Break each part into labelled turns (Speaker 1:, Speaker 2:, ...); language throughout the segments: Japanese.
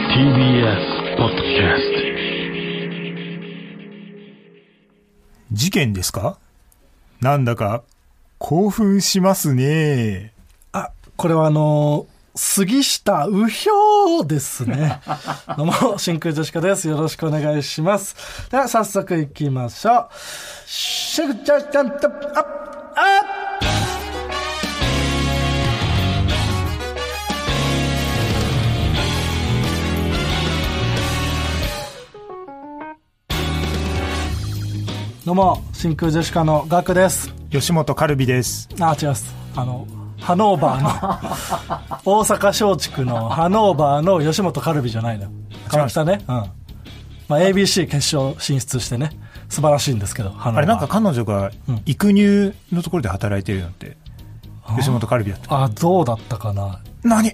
Speaker 1: TBS ポッドキャス
Speaker 2: 事件ですかなんだか興奮しますね。
Speaker 3: あ、これはあのー杉下右表ですね。どうも、真空ジェシカです。よろしくお願いします。では、早速行きましょう。シュクチャチャンタップアップアップどうも、真空ジェシカのガクです。
Speaker 2: 吉本カルビです。
Speaker 3: あ、違います。あの、ハノーバー の、大阪松竹のハノーバーの吉本カルビじゃないの。川北ね。うん。まあ、ABC 決勝進出してね、素晴らしいんですけど、ハノーバー
Speaker 2: あれなんか彼女が育乳のところで働いてるなんて、吉本カルビだった。
Speaker 3: あ、どうだったかな。
Speaker 2: 何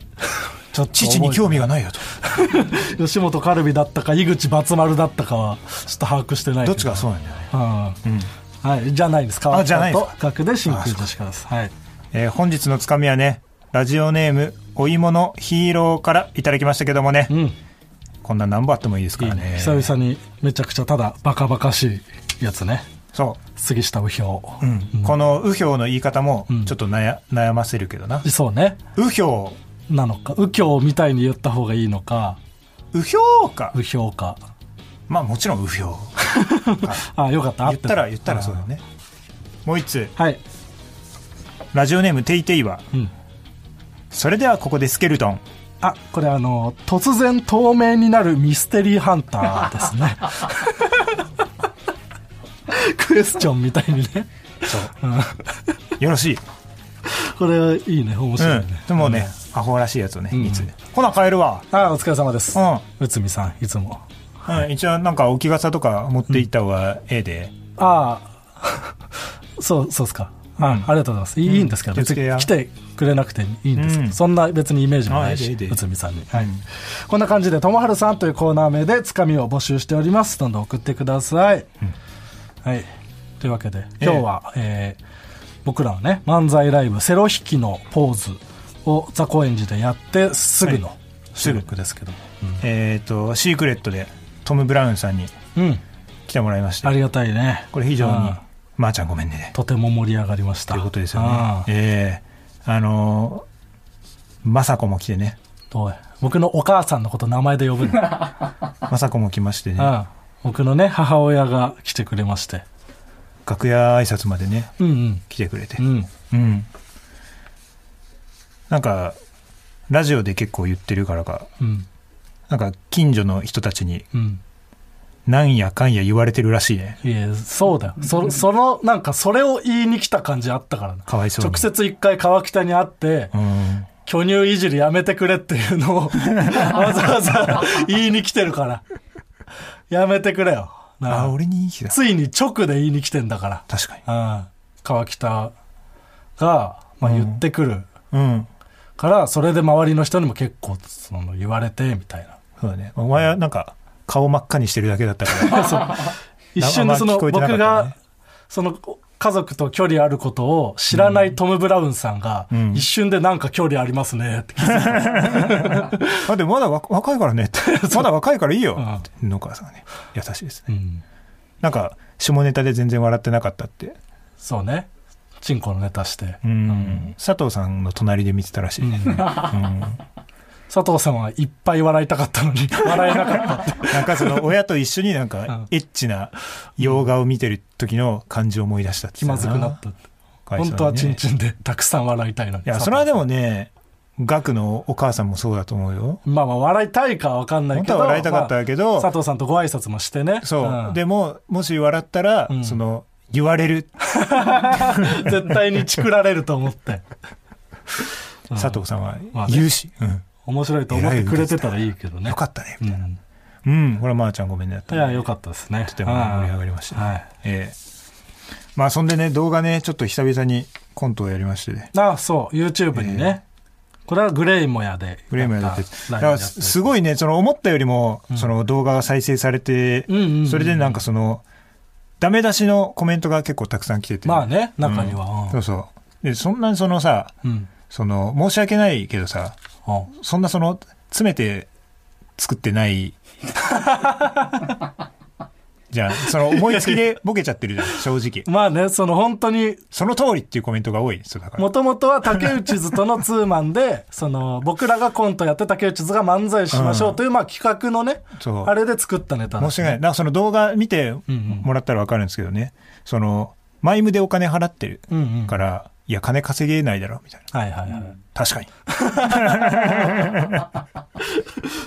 Speaker 3: ちょっと
Speaker 2: 父に興味がないよと。
Speaker 3: 吉本カルビだったか、井口松丸だったかは、ちょっと把握してないけ
Speaker 2: どっちがそうなんだよね。
Speaker 3: うん。はい、じゃないです。川
Speaker 2: あじゃな
Speaker 3: 北
Speaker 2: いで
Speaker 3: と
Speaker 2: すか
Speaker 3: 学で真空女子です。はい。
Speaker 2: えー本日のつかみはね、ラジオネーム、お芋のヒーローからいただきましたけどもね、
Speaker 3: うん。
Speaker 2: こんな何本あってもいいですからね。
Speaker 3: 久々にめちゃくちゃただバカバカしいやつね。
Speaker 2: そ
Speaker 3: 杉下右表。
Speaker 2: う。うん。この右票の言い方も、ちょっと悩,、悩ませるけどな。
Speaker 3: そうね。
Speaker 2: 右票、
Speaker 3: なのか。右京みたいに言った方がいいのか、
Speaker 2: 右票か。
Speaker 3: 右評か。
Speaker 2: まあもちろん右票。
Speaker 3: あ、よかった。合
Speaker 2: 言ってたら言ったらそうだよ。ねもう一つ
Speaker 3: あはい。
Speaker 2: ラジオネームテイテイは、
Speaker 3: うん
Speaker 2: それではここでスケルトン
Speaker 3: あ、これあの、突然透明になるミステリーハンターです ね。クエスチョンみたいにね。
Speaker 2: よ ろしい、
Speaker 3: これいいね、面
Speaker 2: う
Speaker 3: 白い
Speaker 2: ん
Speaker 3: ね。、
Speaker 2: でもね、アホらしいやつをね、
Speaker 3: ん
Speaker 2: いつほな帰るわ
Speaker 3: あ、お疲れ様です
Speaker 2: う。ん、
Speaker 3: 内海さん、いつも。
Speaker 2: うん、一応なんか置き傘とか持っていった方がええで、
Speaker 3: あ あ、そう、そうっすか。あ
Speaker 2: うん
Speaker 3: ありがとうございます。いいいいんですけど、
Speaker 2: 気を
Speaker 3: 別
Speaker 2: つけ
Speaker 3: に
Speaker 2: や
Speaker 3: 来てくれなくていいんですけど、
Speaker 2: うん
Speaker 3: そんな別にイメージもない
Speaker 2: あい
Speaker 3: し、
Speaker 2: いでいいで
Speaker 3: 内海さんに。はい。こんな感じで、ともはるさんというコーナー名でつかみを募集しております。どんどん送ってください。はい。というわけで、今日は、えー僕らのね、漫才ライブ、セロ引きのポーズをザコエンジでやって、すぐの
Speaker 2: はい
Speaker 3: 収録ですけども。
Speaker 2: えっ、とシークレットでトム・ブラウンさんに
Speaker 3: うん。
Speaker 2: 来てもらいまして
Speaker 3: ありがたいね。
Speaker 2: これ非常に
Speaker 3: うん
Speaker 2: まー、ちゃんごめんね
Speaker 3: とても盛り上がりました。
Speaker 2: ということですよ
Speaker 3: あ
Speaker 2: ね
Speaker 3: あ
Speaker 2: ええあのー、雅子も来てね
Speaker 3: おい僕のお母さんのこと名前で呼ぶな、
Speaker 2: 雅子も来ましてね
Speaker 3: うん、僕のね母親が来てくれまして
Speaker 2: 楽屋挨拶までね
Speaker 3: うん
Speaker 2: 来てくれて
Speaker 3: うんうん
Speaker 2: うん。なんか、ラジオで結構言ってるからか、
Speaker 3: うん
Speaker 2: なんか近所の人たちに、
Speaker 3: うん
Speaker 2: なんやかんや言われてるらしいね。
Speaker 3: いえそうだよそそのなんかそれを言いに来た感じあったからな
Speaker 2: かわいそうに
Speaker 3: 直接一回川北に会って
Speaker 2: うん。
Speaker 3: 巨乳いじりやめてくれっていう のをわざわざ言いに来てるからやめてくれよな
Speaker 2: あ、
Speaker 3: あ
Speaker 2: 俺にいい日だ。
Speaker 3: ついに直で言いに来てんだか
Speaker 2: 確かに。
Speaker 3: ら、うん、川北が、まあ、言ってくる、
Speaker 2: うん。
Speaker 3: から、それで周りの人にも結構、その、言われて、みたいな。
Speaker 2: そうだね。お前はなんか、顔真っ赤にしてるだけだった から。
Speaker 3: 一瞬でその、
Speaker 2: あんま聞こえてなか
Speaker 3: 僕
Speaker 2: ったね
Speaker 3: が、その、家族と距離あることを知らないトム・ブラウンさんが、
Speaker 2: ん
Speaker 3: 一瞬でなんか距離ありますね、って気づいた。
Speaker 2: あ、でもまだわ若いから ねって。まだ若いからいいよ。って野川さんがね、優しいですね。
Speaker 3: うん
Speaker 2: なんか、下ネタで全然笑ってなかったって。
Speaker 3: そうね。チンコのネタして。
Speaker 2: うん。佐藤さんの隣で見てたらしいね。
Speaker 3: 佐藤さんはいっぱい笑いたかった のに、笑えなかったって。
Speaker 2: なんかその親と一緒になんか
Speaker 3: ん
Speaker 2: エッチな洋画を見てる時の感じを思い出したって
Speaker 3: 気
Speaker 2: 言
Speaker 3: ま
Speaker 2: って
Speaker 3: ず
Speaker 2: た
Speaker 3: くなったって。
Speaker 2: かわい そうにね
Speaker 3: 本当はチンチンでたくさん笑いたいのに。
Speaker 2: いやそれはでもねガクのお母さんもそうだと思うよ
Speaker 3: まあまあ、笑いたいかはわかんないけど。
Speaker 2: 本当は笑いたかったけど
Speaker 3: まあ佐藤さんとご挨拶もしてね。
Speaker 2: そう、
Speaker 3: ん
Speaker 2: でももし笑ったら、
Speaker 3: ん
Speaker 2: その言われる
Speaker 3: 絶対にチクられると思って。
Speaker 2: 佐藤さんは
Speaker 3: まあね
Speaker 2: 言うし、
Speaker 3: 面白いと思ってくれてたらいいけど
Speaker 2: うん、
Speaker 3: ね
Speaker 2: よ。かったね
Speaker 3: うん。い
Speaker 2: うん、これはまーちゃんごめんねだった
Speaker 3: や、
Speaker 2: ね
Speaker 3: よかったですね。
Speaker 2: とても盛り上がりましたね、
Speaker 3: はい。
Speaker 2: ええまあそんでね動画ねちょっと久々にコントをやりましてね
Speaker 3: ああ、そう、YouTube にね。これはグレイモヤで。
Speaker 2: フレームやっててだか
Speaker 3: ライブや
Speaker 2: ら
Speaker 3: ったり
Speaker 2: すすごいねその思ったよりも、その動画が再生されて、
Speaker 3: うんうんうん
Speaker 2: それでなんかそのダメ出しのコメントが結構たくさん来てて
Speaker 3: まあね、中には。
Speaker 2: そうそうでそんなにそのさ
Speaker 3: うん。うん
Speaker 2: その申し訳ないけどさ
Speaker 3: うん
Speaker 2: そんなその詰めて作ってない じゃあその思いつきでボケちゃってるじゃん正直
Speaker 3: まあね、その本当に、
Speaker 2: その通りっていうコメントが多いそうだから
Speaker 3: もともとは竹内図とのツーマンで、 その、僕らがコントやって竹内図が漫才しましょうという、まあ企画のね、
Speaker 2: そう
Speaker 3: あれで作ったネタなん
Speaker 2: 申し
Speaker 3: です
Speaker 2: 訳ないだからその動画見て
Speaker 3: うん
Speaker 2: もらったら分かるんですけどねそのマイムでお金払ってる
Speaker 3: うんうん。
Speaker 2: か
Speaker 3: はい
Speaker 2: らいや金稼げないだろみたいな
Speaker 3: はいはい。
Speaker 2: 確かに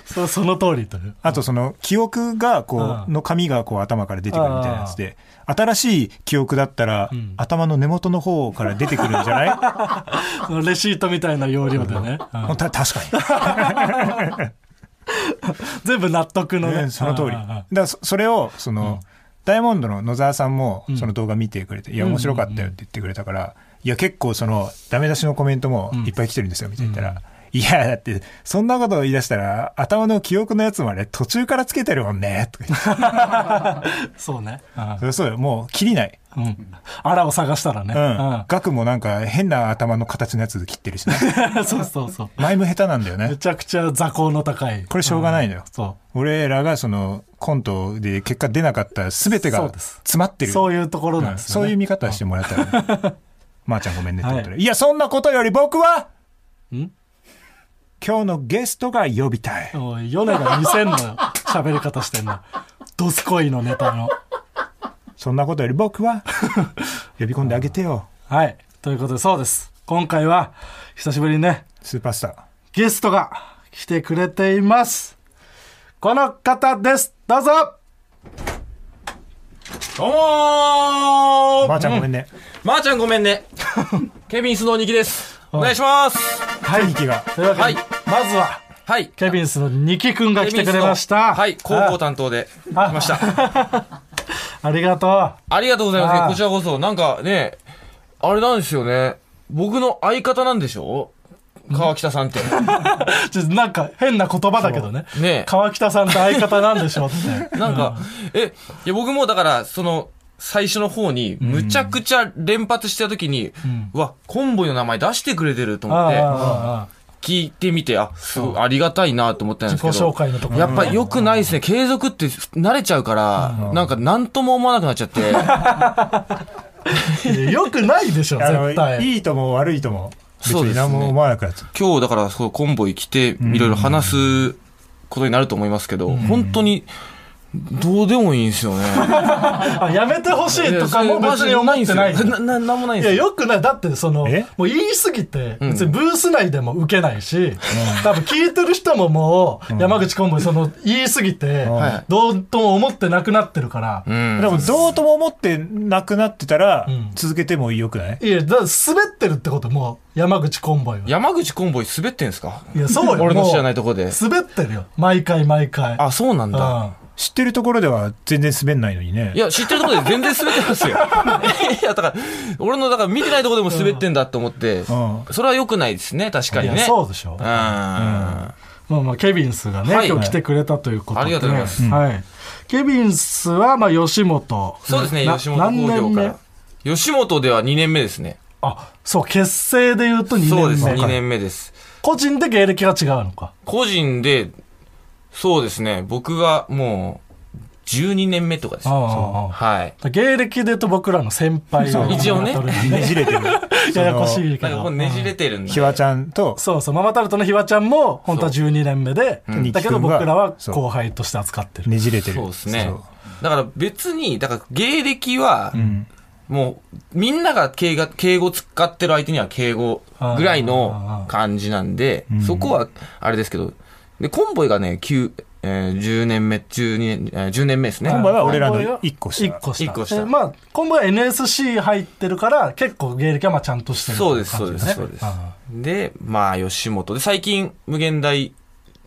Speaker 3: そその通りという。
Speaker 2: あとその記憶がこ
Speaker 3: う
Speaker 2: うんの紙がこう頭から出てくるみたいなやつで新しい記憶だったら
Speaker 3: ん
Speaker 2: 頭の根元の方から出てくるんじゃない
Speaker 3: そのレシートみたいな要領でね。うん
Speaker 2: ほんた確かに
Speaker 3: 全部納得の
Speaker 2: う
Speaker 3: ね。
Speaker 2: んその通り。だ
Speaker 3: あああ
Speaker 2: か
Speaker 3: あ
Speaker 2: らそそれを、その、ダイヤモンドの野沢さんも
Speaker 3: ん、
Speaker 2: その動画見てくれて、いや、面白かったよって言ってくれたから、いや、結構その、ダメ出しのコメントも
Speaker 3: ん
Speaker 2: いっぱい来てるんですよ、みたいな言ったら、いや、だって、そんなことを言い出したら、頭の記憶のやつまで途中からつけてるもんね、とか言って
Speaker 3: そうね。あ
Speaker 2: そりゃそうよ、もう切りない。
Speaker 3: あうん。あらを探したらね。
Speaker 2: うん。
Speaker 3: う
Speaker 2: 額もなんか変な頭の形のやつ切ってる しね。
Speaker 3: んそうそうそう。
Speaker 2: マイム下手なんだよ
Speaker 3: め
Speaker 2: ね。
Speaker 3: ちゃくちゃ座高の高い。
Speaker 2: これしょうがないのよ
Speaker 3: うんそ
Speaker 2: 俺らがその、コントで結果出なかった全てが
Speaker 3: そうです
Speaker 2: 詰まって
Speaker 3: う。
Speaker 2: る。
Speaker 3: そういうところなんですよ、
Speaker 2: そ
Speaker 3: ね
Speaker 2: ういう見方してもらったら、ね、 まーちゃんごめんねってことで、、
Speaker 3: はい
Speaker 2: やそんなことより僕は
Speaker 3: ん
Speaker 2: 今日のゲストが呼びたい
Speaker 3: おい、ヨネが見せんのよ。喋り方してんの。ドスコイのネタの。
Speaker 2: そんなことより僕 は呼び込んであげてよ
Speaker 3: はい。ということで、そうです。今回は、久しぶりにね、
Speaker 2: スーパースター
Speaker 3: ゲストが来てくれています。この方です。どうぞ
Speaker 4: どうもー
Speaker 2: まーちゃんごめ
Speaker 4: ね。
Speaker 2: んね、
Speaker 4: まー、ちゃんごめ んね。ケビンスのニキです。お願いします。
Speaker 2: はい兄貴が
Speaker 3: というわけで、
Speaker 4: はい
Speaker 3: まずは、
Speaker 4: はい。
Speaker 3: ケビンスのニキ君が来てくれまし
Speaker 4: ケビン
Speaker 3: た。
Speaker 4: スのはい。広報担当で来
Speaker 3: あ
Speaker 4: ました。
Speaker 3: ありがと
Speaker 4: ありがとうございま
Speaker 3: あ
Speaker 4: す。こちらこそ。なんかね、あれなんですよね。僕の相方なんでしょ川北さんって。
Speaker 3: う。ちょっとなんか変な言葉だけどね。
Speaker 4: ね
Speaker 3: 川北さんと相方なんでしょうっ て。
Speaker 4: なんか、え、いや僕もだから、その、最初の方に、むちゃくちゃ連発した時に、うわ、コンボイの名前出してくれてると
Speaker 3: ああ
Speaker 4: 思って、
Speaker 3: ああああ
Speaker 4: 聞いてみて、あ、すごいありがたいなと思ったんで
Speaker 3: 自己
Speaker 4: すけど。
Speaker 3: 紹介のところ。
Speaker 4: やっぱ良くないですね。継続って慣れちゃうから、なんか何とも思わなくなっち ゃって。
Speaker 3: り良くないでし ょ、
Speaker 2: あの
Speaker 3: 絶対。
Speaker 2: いいとも悪いとも別
Speaker 4: そうで
Speaker 2: に
Speaker 4: すね
Speaker 2: 何も思わなくなっちゃう
Speaker 4: 今日だからそうコンボイ来て、いろいろ話すことになると思いますけど、本当に、どうでもいいんですよね。
Speaker 3: あやめてほしい とかも別に思ってない。
Speaker 4: やな、ななんもないん
Speaker 3: い
Speaker 4: で
Speaker 3: や、
Speaker 4: すよ。
Speaker 3: よくない。だって、その
Speaker 2: え、
Speaker 3: もう言い過ぎて、別にブース内でも受けないし、多分聞いてる人ももう、山口コンボイ、その、言い過ぎて
Speaker 4: はい、
Speaker 3: どうとも思ってなくなってるから
Speaker 4: う、ん
Speaker 2: で。もどうとも思ってなくなってたら、
Speaker 3: ん
Speaker 2: 続けてもよくない
Speaker 3: いや、だから滑ってるってこと、もう、山口コンボイは。
Speaker 4: 山口コンボイ滑ってんすか
Speaker 3: いや、そうよ。
Speaker 4: 俺の知らない
Speaker 3: と。
Speaker 4: とこで。
Speaker 3: 滑ってるよ。毎回毎回。
Speaker 4: あ、そうなんだ。
Speaker 3: う
Speaker 2: 知ってるところでは全然滑んないのにね
Speaker 4: いや、知ってるとこで全然滑ってま すよ。いや、だから、俺の、だから見てないとこでも滑ってんだと思って、
Speaker 2: ん
Speaker 4: それは良くないですね、確か
Speaker 3: ん。い
Speaker 4: に
Speaker 3: や、
Speaker 4: ね。
Speaker 3: そうでしょ
Speaker 4: う。ん。
Speaker 3: まあまあ、ケビンスがね、
Speaker 4: はい
Speaker 3: 今日来てくれたということで。
Speaker 4: ありがとうございます
Speaker 3: はい。ケビンスは、まあ、吉本。
Speaker 4: そうですね、
Speaker 3: な
Speaker 4: 吉本興業か
Speaker 3: 何年
Speaker 4: ら。吉本では2年目ですね。
Speaker 3: 目あ、そう、結成で言うと2年目。
Speaker 4: そうです、2年目です。
Speaker 3: 個人で芸歴が違うのか。
Speaker 4: 個人で、そうですね、僕がもう、12年目とかです。
Speaker 3: ああ
Speaker 4: はい。
Speaker 3: ああ芸歴で言うと僕らの先輩
Speaker 2: そう
Speaker 4: 一応ね
Speaker 3: ママタルト
Speaker 2: ね
Speaker 3: ね
Speaker 2: じれてる
Speaker 3: ややこしいけ
Speaker 4: なんかこ
Speaker 3: ど。
Speaker 4: こねじれてるんだ
Speaker 2: ひ。わちゃんと
Speaker 3: そうそう、ママタルトのひわちゃんも、本当は12年目で、
Speaker 2: ん
Speaker 3: だけど僕らは
Speaker 2: そう
Speaker 3: 後輩として扱ってる。
Speaker 2: ねじれてる
Speaker 4: そうですね
Speaker 2: そう。
Speaker 4: だから別に、だから芸歴は
Speaker 2: う、ん
Speaker 4: もう、みんなが敬語敬語使ってる相手には敬語ぐらいの感じなんで
Speaker 2: うん、
Speaker 4: そこは、あれですけど、で、コンボイがね、9、えー10年目、12年、えー10年目ですね。
Speaker 2: コンボイは俺らの一個下
Speaker 3: 一個下。
Speaker 4: 一個下
Speaker 3: でまあ、今後は NSC 入ってるから、結構芸歴はまあちゃんとしてる
Speaker 4: そうです
Speaker 3: 感じ
Speaker 4: そうです
Speaker 3: ね
Speaker 4: そうで、まあ、吉本で、最近、無限大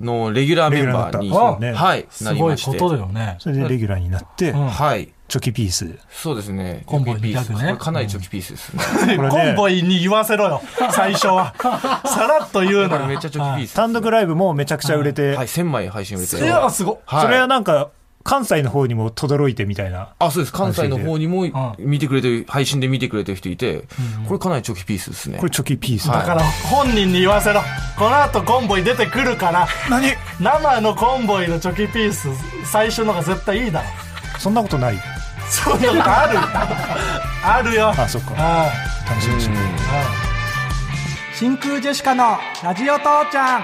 Speaker 4: のレギュラーメンバ
Speaker 2: レ
Speaker 4: ーに、
Speaker 2: ギュラー
Speaker 3: に
Speaker 2: なった
Speaker 4: はい、
Speaker 3: す
Speaker 4: なり
Speaker 3: ご
Speaker 4: ま
Speaker 3: い
Speaker 4: して。
Speaker 3: ことだよね。
Speaker 2: それでレギュラーになって、
Speaker 3: うん
Speaker 4: はい。
Speaker 2: チョキピース。
Speaker 4: そうですね。
Speaker 3: コンボイ
Speaker 4: チョキピース
Speaker 3: ギャグね
Speaker 4: これかなりチョキピースですね。
Speaker 2: れね
Speaker 3: コンボイに言わせろよ、最 初は。さらっと言うな
Speaker 4: これ
Speaker 3: ら。
Speaker 4: めっちゃチョキピース。
Speaker 2: 単独ライブもめちゃくちゃ売れて、
Speaker 4: はい、1000枚配信売れて。
Speaker 3: いや、すごい。
Speaker 4: はい
Speaker 2: それはなんか、関西の方にも轟いてみたいな。
Speaker 4: あ、そうです。関西の方にも
Speaker 3: う
Speaker 4: 見てくれてる、配信で見てくれてる人いて、これかなりチョキピースですね
Speaker 2: こ。れチョキピース。
Speaker 3: だから本人に言わせろこの後コンボイ出てくるから
Speaker 2: 何
Speaker 3: 生のコンボイのチョキピース最初のが絶対いいだろ
Speaker 2: そんなことない。
Speaker 3: そんなことあるあるよ
Speaker 2: あ、そっか。
Speaker 3: ああ
Speaker 2: 楽しみにしてます
Speaker 3: 真空ジェシカのラジオ父ちゃん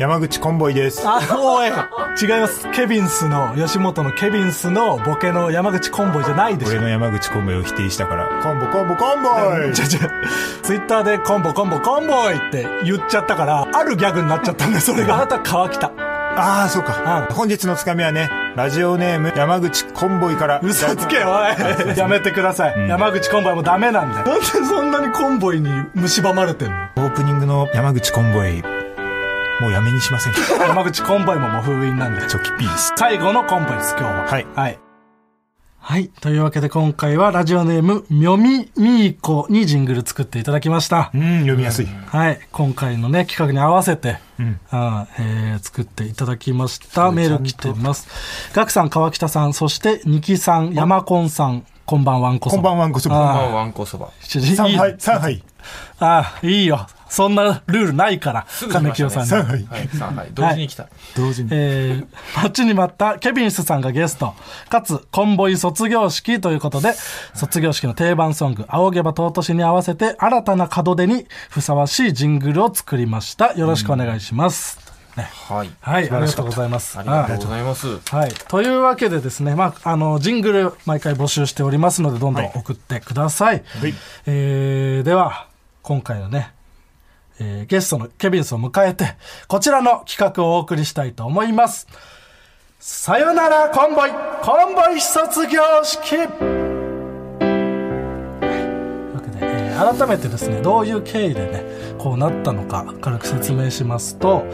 Speaker 2: 山口コンボイです。
Speaker 3: あおい違いますケビンスの吉本のケビンスのボケの山口コンボイじゃないでし
Speaker 2: 俺
Speaker 3: ょ
Speaker 2: の山口コンボイを否定したから、コンボコンボコンボイ
Speaker 3: ちょちょツイッターでコンボコンボコンボイって言っちゃったからあるギャグになっちゃったんでそれがあなた川北
Speaker 2: ああ、そうか
Speaker 3: う。ん
Speaker 2: 本日のつかみはね、ラジオネーム山口コンボイから。
Speaker 3: 嘘つけおい やめてください、山口コンボイもダメなんだよなんでそんなにコンボイに蝕まれてんの
Speaker 2: オープニングの山口コンボイ、もうやめにし ませんか
Speaker 3: 山口コンボイももう封印なんで
Speaker 2: チョキピース。
Speaker 3: 最後のコンボイです今日は
Speaker 2: はい
Speaker 3: はい。はい。というわけで今回はラジオネーム、みょみみいこにジングル作っていただきました
Speaker 2: う。ん、読みやすい。
Speaker 3: はい。今回のね、企画に合わせて、
Speaker 2: うん
Speaker 3: あーえー作っていただきました。メール来てます。ガクさん、川北さん、そして、ニキさん、山コンさん、こんばんはんこそ
Speaker 2: こ
Speaker 3: ば。
Speaker 2: んばんはんこそ
Speaker 4: ま
Speaker 2: ば。
Speaker 4: あ、わんこそば。
Speaker 3: ちょちょい
Speaker 2: 3
Speaker 3: い
Speaker 2: 杯、3杯。
Speaker 3: あーいいよ。そんなルールないから、
Speaker 4: ぐ来
Speaker 3: 金
Speaker 4: まし
Speaker 3: 清
Speaker 4: たね
Speaker 3: さんに。
Speaker 2: 3杯。
Speaker 4: はい、さあ、はい。同時に来た。
Speaker 2: 同時に。
Speaker 3: えー、待ちに待ったケビンスさんがゲスト、かつ、コンボイ卒業式ということで、卒業式の定番ソング、仰げば尊しに合わせて、新たな門出にふさわしいジングルを作りました。よろしくお願いします。
Speaker 4: はい。
Speaker 3: はい、ありがとうございます。
Speaker 4: ありがとうございます。
Speaker 3: はい。というわけでですね、まあ、あの、ジングル、毎回募集しておりますので、どんどん送ってください。
Speaker 2: はい
Speaker 3: えーでは、今回のね、えーゲストのケビンスを迎えて、こちらの企画をお送りしたいと思います。さよならコンボイコンボイ卒業式というわけで、えー改めてですね、どういう経緯でね、こうなったのか、軽く説明しますと、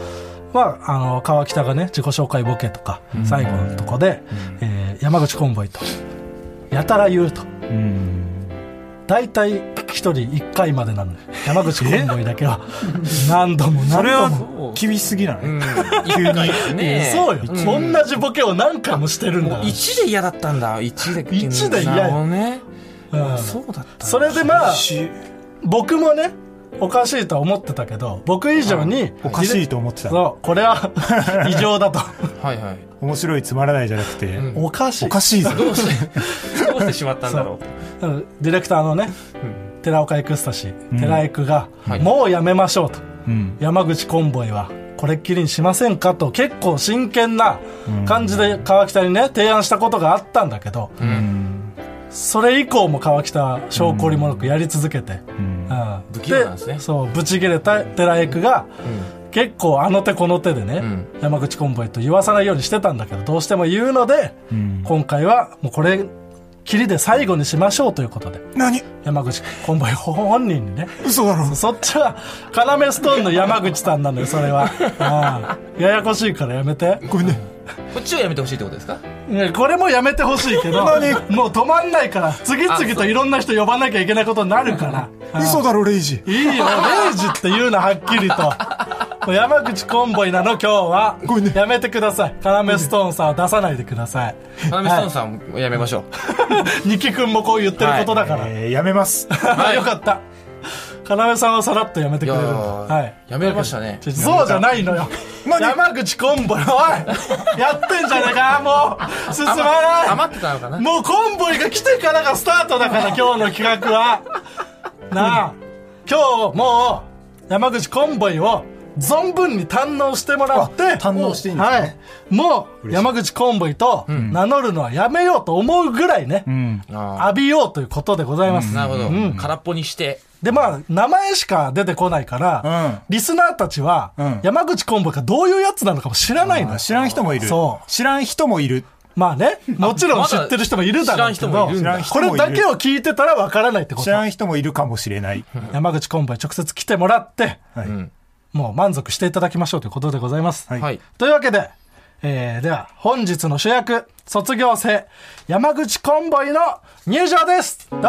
Speaker 3: まあ、あの、川北がね、自己紹介ボケとか、最後のとこで、えー山口コンボイと、やたら言うと。大体一人一回までなのよ山口コンボイだけは何度も
Speaker 2: それ
Speaker 3: 何度も
Speaker 2: は、厳しすぎな
Speaker 4: う
Speaker 2: い
Speaker 4: ん。急に。ねえ
Speaker 3: そうよ、同じボケを何回もしてるんだ
Speaker 4: もう
Speaker 3: から
Speaker 4: 1で嫌だったんだ。1で。
Speaker 3: 一で嫌
Speaker 4: なるほどね。
Speaker 3: うん
Speaker 4: そうだった。
Speaker 3: それでまあ僕もねおかしいとは思ってたけど僕以上に
Speaker 2: おかしいと思ってた。
Speaker 3: そうこれは異常だと
Speaker 4: はいはい。
Speaker 2: 面白いつまらないじゃなくて、
Speaker 4: ん
Speaker 3: おかしい
Speaker 2: おかしいぞ。
Speaker 4: どうして、どうしてしまったんだろ
Speaker 3: うんディレクターのね寺岡エクスタシー寺エクが、
Speaker 4: はい
Speaker 3: もうやめましょうと
Speaker 2: うん。
Speaker 3: 山口コンボイはこれっきりにしませんかと結構真剣な感じで川北にね提案したことがあったんだけど、
Speaker 4: う。うん。
Speaker 3: それ以降も川北は証拠りもなくやり続けて、
Speaker 2: ん
Speaker 3: うん
Speaker 4: 不器用なんですね
Speaker 3: そうブチ切れた寺エクが、結構あの手この手でね、
Speaker 4: ん
Speaker 3: 山口コンボイと言わさないようにしてたんだけどどうしても言うので、今回はもうこれきりで最後にしましょうということで
Speaker 2: 何
Speaker 3: 山口コンボイ本人にね
Speaker 2: 嘘だろ。
Speaker 3: そっちは要ストーンの山口さんなのよそれはああややこしいからやめて
Speaker 2: ごめんね。
Speaker 4: こっちをやめてほしいってことですか
Speaker 3: いやこれもやめてほしいけどもう止まんないから次々といろんな人呼ばなきゃいけないことになるからあ
Speaker 2: 嘘だろ、レイジ。
Speaker 3: いいよレイジって言うなはっきりともう山口コンボイなの今日は
Speaker 2: ごめんね
Speaker 3: やめてください要ストーンさんは出さないでください
Speaker 4: 花見ストーンさんもやめましょう。
Speaker 3: ニキ君もこう言ってることだから、
Speaker 2: えー、やめ ます。
Speaker 4: い
Speaker 3: よかった要さんはさらっとやめて
Speaker 4: い
Speaker 3: くれ
Speaker 4: や
Speaker 3: るんだ
Speaker 4: ー
Speaker 3: はい
Speaker 4: やめましたね。
Speaker 3: ちょそうじゃないのよ
Speaker 2: 何
Speaker 3: 山口コンボイおいやってんじゃねえかもう進まない
Speaker 4: 余ってたのかな
Speaker 3: もうコンボイが来てからがスタート だから今日の企画はなあ今日もう山口コンボイを存分に堪能してもらって
Speaker 2: あ堪能していいんですね
Speaker 3: はいもう山口コンボイと名乗るのはやめようと思うぐらいね、
Speaker 2: うん。
Speaker 4: あ
Speaker 3: 浴びようということでございます、
Speaker 4: ーなるほど。空っぽにして。
Speaker 3: でまあ名前しか出てこないから、リスナーたちは、
Speaker 2: うん
Speaker 3: 山口コンボイがどういうやつなのかも知らないのよ
Speaker 2: 知らん人もいる。
Speaker 3: そう
Speaker 2: 知らん人もいる。
Speaker 3: まあね、もちろん
Speaker 4: ま
Speaker 3: 知
Speaker 4: だ
Speaker 3: ってる人もいるだろうけど、
Speaker 4: 知らん人もいるん
Speaker 2: だ
Speaker 3: これだけを聞いてたらわからないってこ
Speaker 2: 知
Speaker 3: と。
Speaker 2: らん人もいるかもしれない。
Speaker 3: 山口コンボイ直接来てもらって、
Speaker 2: はい。
Speaker 3: もう満足していただきましょうということでございます。
Speaker 2: はい
Speaker 4: はい。
Speaker 3: というわけで、えー、では本日の主役、卒業生、山口コンボイの入場ですどうぞ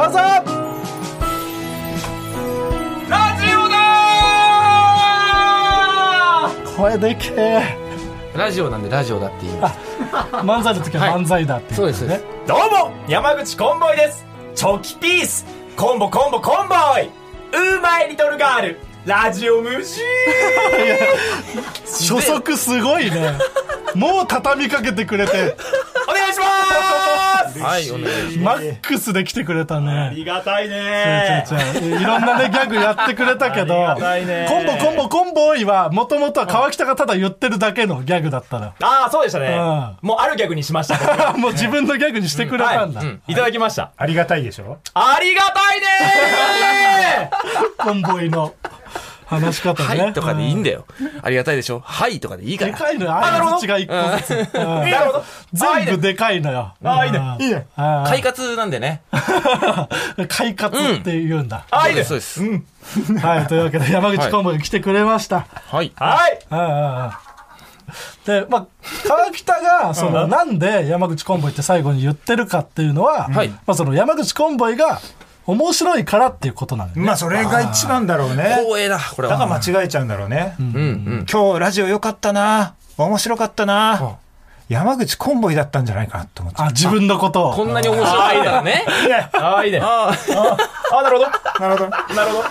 Speaker 4: ラジオだ
Speaker 3: 声でけえ。
Speaker 4: ラジオなんでラジオだっていう
Speaker 3: 漫才の時は漫才だっていう、
Speaker 4: そうですそうです
Speaker 5: どうも山口コンボイですチョキピースコンボコンボコンボイうまいリトルガールラジオ無視
Speaker 3: 初速すごいねもう畳みかけてくれて
Speaker 5: お願いします
Speaker 4: はいお願いし
Speaker 3: マックスで来てくれた
Speaker 5: あ
Speaker 3: ね
Speaker 5: りがたい
Speaker 3: 違
Speaker 5: ね
Speaker 3: う違う違ういろんなねギャグやってくれたけど
Speaker 5: ありがたいね
Speaker 3: コンボコンボコンボーイはもともとは川北がただ言ってるだけのギャグだったら
Speaker 5: ああそうでしたね
Speaker 3: う
Speaker 5: もうあるギャグにしました
Speaker 3: あもう自分のギャグにしてくれたんだ、
Speaker 5: いただきました
Speaker 2: ありがたいでしょ
Speaker 5: ありがたいね
Speaker 3: コンボイの話し方
Speaker 4: ま
Speaker 3: ね、
Speaker 4: すはいとかでいいん
Speaker 3: だ
Speaker 4: だよありがたいでしょはいとかでいいか
Speaker 3: で
Speaker 4: ら
Speaker 3: かいのよ相槌が一個ずつ、うん
Speaker 5: なるほど
Speaker 3: 全部でかいのよ
Speaker 5: あいいね
Speaker 3: うん
Speaker 2: いいね
Speaker 3: あー
Speaker 4: 快活なんでね
Speaker 3: 快活って言うんだ、
Speaker 5: はい
Speaker 4: そうですそうです
Speaker 3: はいというわけで山口コンボが来てくれました、
Speaker 4: はい
Speaker 5: はい
Speaker 3: うんうんうんで、まあ、川北が、その、なんで山口コンボイって最後に言ってるかっていうのは、
Speaker 4: はい
Speaker 3: まあ、その山口コンボイが面白いからっていうことなんで、ね。
Speaker 2: まあそれが一番だろうね。
Speaker 4: 光栄だこれ
Speaker 2: だ
Speaker 4: は
Speaker 2: から間違えちゃうんだろうね。
Speaker 4: うんうん
Speaker 2: 今日ラジオ良かったな。面白かったな。山口コンボイだったんじゃないかなと思っちゃ
Speaker 3: あ、自分のことを。
Speaker 4: こんなに面白いんだね
Speaker 5: あーいいね
Speaker 4: あ
Speaker 5: あなるほど
Speaker 2: う。なるほど。
Speaker 5: なるほ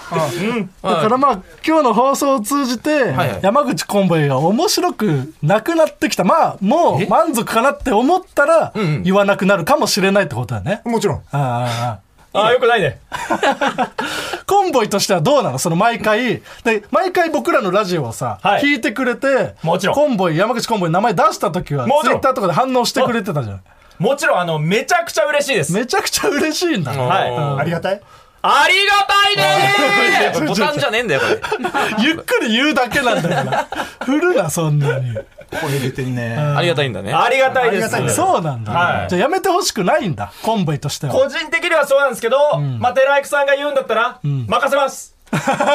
Speaker 5: ど
Speaker 3: だからまあ、今日の放送を通じて
Speaker 4: はいはい、
Speaker 3: 山口コンボイが面白くなくなってきた。まあ、もう満足かなって思ったら
Speaker 4: んうん、
Speaker 3: 言わなくなるかもしれないってことだね。
Speaker 2: もちろん。
Speaker 3: ああああ
Speaker 5: あーよくないね
Speaker 3: コンボイとしてはどうなのその毎回。で、毎回僕らのラジオをさ、
Speaker 5: はい
Speaker 3: 聞いてくれて、
Speaker 5: もちろん
Speaker 3: コンボイ、山口コンボイの名前出した時は、
Speaker 5: も
Speaker 3: ツ
Speaker 5: ち
Speaker 3: イ
Speaker 5: ろん
Speaker 3: ッターとかで反応してくれてたじゃん。
Speaker 5: もちろんあのめちゃくちゃ嬉しいです
Speaker 3: めちゃくちゃ嬉しいんだ。
Speaker 5: はい
Speaker 4: あ
Speaker 2: ありがたい。
Speaker 5: ありがたいね
Speaker 4: ーボタンじゃねえんだよこれ
Speaker 3: ゆっくり言うだけなんだ から。振るな、そんなに。
Speaker 2: これ出てんね。
Speaker 4: ありがたいんだね
Speaker 5: ありがたいで
Speaker 2: ありがたい
Speaker 5: す
Speaker 2: です
Speaker 3: そうなんだ。
Speaker 5: はい
Speaker 3: じゃあやめてほしくないんだ、コンボイとしては。
Speaker 5: 個人的にはそうなんですけど、まあ、寺クさんが言うんだったら、任せます。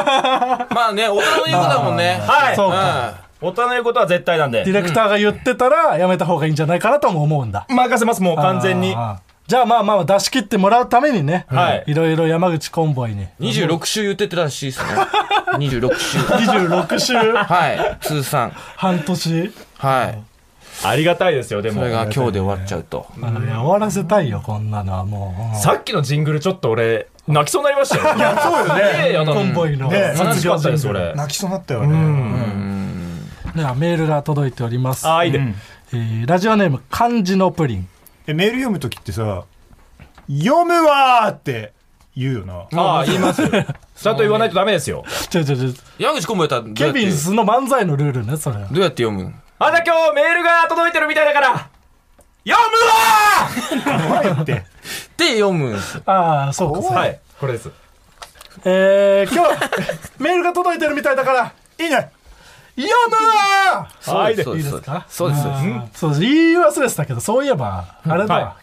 Speaker 4: まあね大人の言うことだもんね
Speaker 5: はい。
Speaker 3: そう
Speaker 4: うん
Speaker 3: か。
Speaker 5: 大人の言うことは絶対なん
Speaker 3: ディ
Speaker 5: で。
Speaker 3: レクターが言ってたら、やめた方がいいんじゃないかなとも思うんだ。
Speaker 5: 任せます、もう完全に。
Speaker 3: ああじゃあまあまあ出し切ってもらうためにね、
Speaker 5: はい
Speaker 3: いろいろ山口コンボイに。
Speaker 4: 26週言ってたらしいですね26週
Speaker 3: 26週、
Speaker 4: はい通算
Speaker 3: 半年。
Speaker 4: はい
Speaker 5: ありがたいですよ、で
Speaker 4: そ
Speaker 5: も
Speaker 4: れ。が今日で終わっちゃうと
Speaker 3: あのね終わらせたいよ、こんなのはもう。
Speaker 5: さっきのジングルちょっと俺、泣きそうになりましたよ。いや、そうよね。あの
Speaker 3: コンボイの
Speaker 2: ね
Speaker 5: 悲
Speaker 3: 卒
Speaker 5: し
Speaker 3: 業
Speaker 5: かった
Speaker 3: 人
Speaker 5: です、
Speaker 3: 生
Speaker 5: 俺。
Speaker 2: 泣きそうになったよね。
Speaker 3: ではメールが届いております、
Speaker 5: ああ、いいで。
Speaker 3: えーラジオネーム漢字のプリン
Speaker 2: えメール読むときってさ、読むわーって言うよな。
Speaker 5: ああ、言いますよ。ちゃんと言わないとダメですよ。
Speaker 3: ちょちょちょ
Speaker 4: 矢口コンボやったらどうや
Speaker 3: ケ
Speaker 4: って
Speaker 3: ビンスの漫才のルールねそれ
Speaker 4: どうやって読む
Speaker 5: あんた今日メールが届いてるみたいだから、読む
Speaker 2: 怖い って。
Speaker 4: で読むんですよ
Speaker 3: ああそうかそう
Speaker 5: わ
Speaker 3: か
Speaker 5: はい、これです。
Speaker 3: えー、今日 メールが届いてるみたいだから
Speaker 2: いいね。
Speaker 3: 読むわ
Speaker 5: ああ、いいで。
Speaker 4: そう
Speaker 3: いい
Speaker 4: で
Speaker 3: ですすか
Speaker 4: そうですそうで
Speaker 3: あ
Speaker 4: す
Speaker 3: ーそう言い忘れてたけどそういえばあれだわ、
Speaker 5: は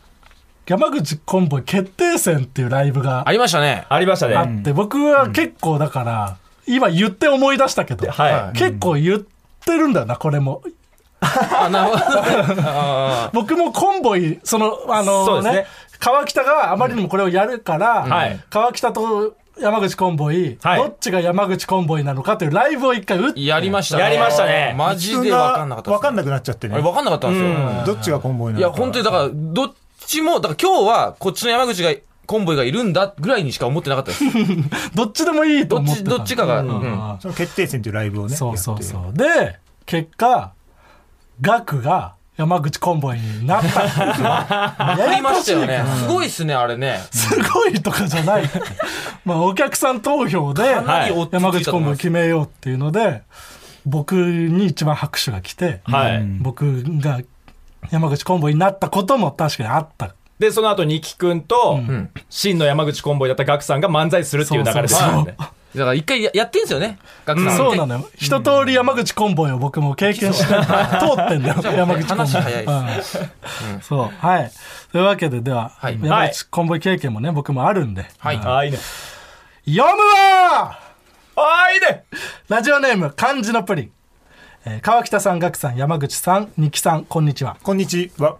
Speaker 3: 山口コンボイ決定戦っていうライブが
Speaker 4: ありましたね
Speaker 5: ありましたね。
Speaker 3: あって、僕は結構だから、今言って思い出したけど、
Speaker 5: は
Speaker 3: 結構言ってるんだよなこれも
Speaker 4: あなるほど
Speaker 3: 僕もコンボイ、その、あ
Speaker 5: そ
Speaker 3: の
Speaker 5: うです
Speaker 3: ね
Speaker 5: ね、
Speaker 3: 川北があまりにもこれをやるから、
Speaker 5: はい
Speaker 3: 川北と山口コンボイ、
Speaker 5: はい
Speaker 3: どっちが山口コンボイなのかというライブを一回打って、
Speaker 4: やりましたね
Speaker 5: やりましたね
Speaker 4: マジでわかんなかったっすね
Speaker 2: わかんなくなっちゃって
Speaker 4: あ
Speaker 2: ね
Speaker 4: れ。わかんなかったんですよ
Speaker 2: どっちがコンボイないの
Speaker 4: や、本当にだから、どっちも、だから今日はこっちの山口が、コンボイがいるんだぐらいにしか思ってなかったです。
Speaker 3: どっちでもいいと
Speaker 4: どっ
Speaker 3: 思って
Speaker 4: ち、
Speaker 3: た
Speaker 4: どっちかが。うん
Speaker 3: うん
Speaker 2: その決定戦というライブをね。
Speaker 3: そうそう
Speaker 2: う。
Speaker 3: そう。で、結果、ガクが山口コンボイになったっていうのは。や
Speaker 4: あり
Speaker 3: やこ
Speaker 4: まし
Speaker 3: しい
Speaker 4: たよね。すごいっすね、あれね。
Speaker 3: すごいとかじゃ ないって。まあ、お客さん投票で、
Speaker 4: なり追って
Speaker 3: 山
Speaker 4: ついたと思います
Speaker 3: 口コンボイ決めようっていうので、僕に一番拍手が来て、
Speaker 5: い。はい。
Speaker 3: 僕が山口コンボイになったことも確かにあった。
Speaker 5: で、その後、ニキ君と、真の山口コンボイだったガクさんが漫才するっていう流れですよね。
Speaker 4: だから一回ややってんすよね。学さん。
Speaker 3: そうなのよ。一通り山口コンボイを僕も経験して、通ってんだよ、山
Speaker 4: あ
Speaker 3: 口コンボイ。
Speaker 4: 話早い
Speaker 3: うんそう。はい。というわけで、では、
Speaker 4: はい
Speaker 3: 山口コンボイ経験もね、僕もあるんで。
Speaker 4: はい。
Speaker 5: ああ、いいね。
Speaker 3: 読むわ
Speaker 5: ああ、いいね。
Speaker 3: ラジオネーム、漢字のプリン。えー川北さん、ガクさん、山口さん、二木さん、こんにちは。
Speaker 2: こんにちは。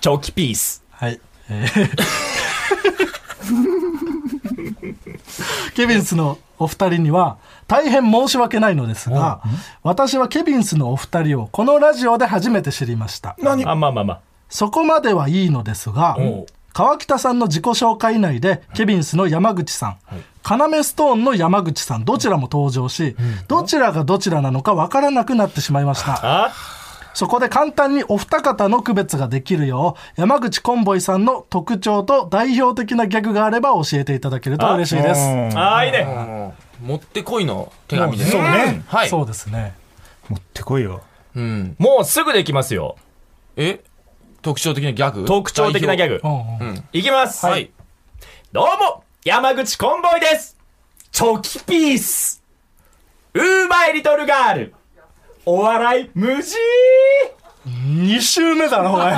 Speaker 5: チョキピース。
Speaker 3: はい。えー ケビンスのお二人には大変申し訳ないのですが、私はケビンスのお二人をこのラジオで初めて知りました。
Speaker 5: 何あ、まあまあまあ。
Speaker 3: そこまではいいのですが
Speaker 5: おう、
Speaker 3: 川北さんの自己紹介内で、ケビンスの山口さん、要ストーンの山口さん、どちらも登場し、どちらがどちらなのかわからなくなってしまいました。
Speaker 5: あ
Speaker 3: そこで簡単にお二方の区別ができるよう、山口コンボイさんの特徴と代表的なギャグがあれば教えていただけると嬉しいです。
Speaker 2: うん
Speaker 5: あー、いいね。
Speaker 4: 持ってこいの手紙です。
Speaker 2: そうね。
Speaker 4: はい。
Speaker 3: そうですね。
Speaker 2: 持ってこいよ。
Speaker 4: うん。
Speaker 5: もうすぐできますよ。
Speaker 4: え特徴的なギャグ
Speaker 5: 特徴的なギャ
Speaker 4: グ。
Speaker 5: グ
Speaker 3: う。んうん
Speaker 5: いきます。
Speaker 4: はい。
Speaker 5: どうも、山口コンボイです。チョキピース。ウーマイリトルガール。お笑い無事
Speaker 3: 2週目だな、お前。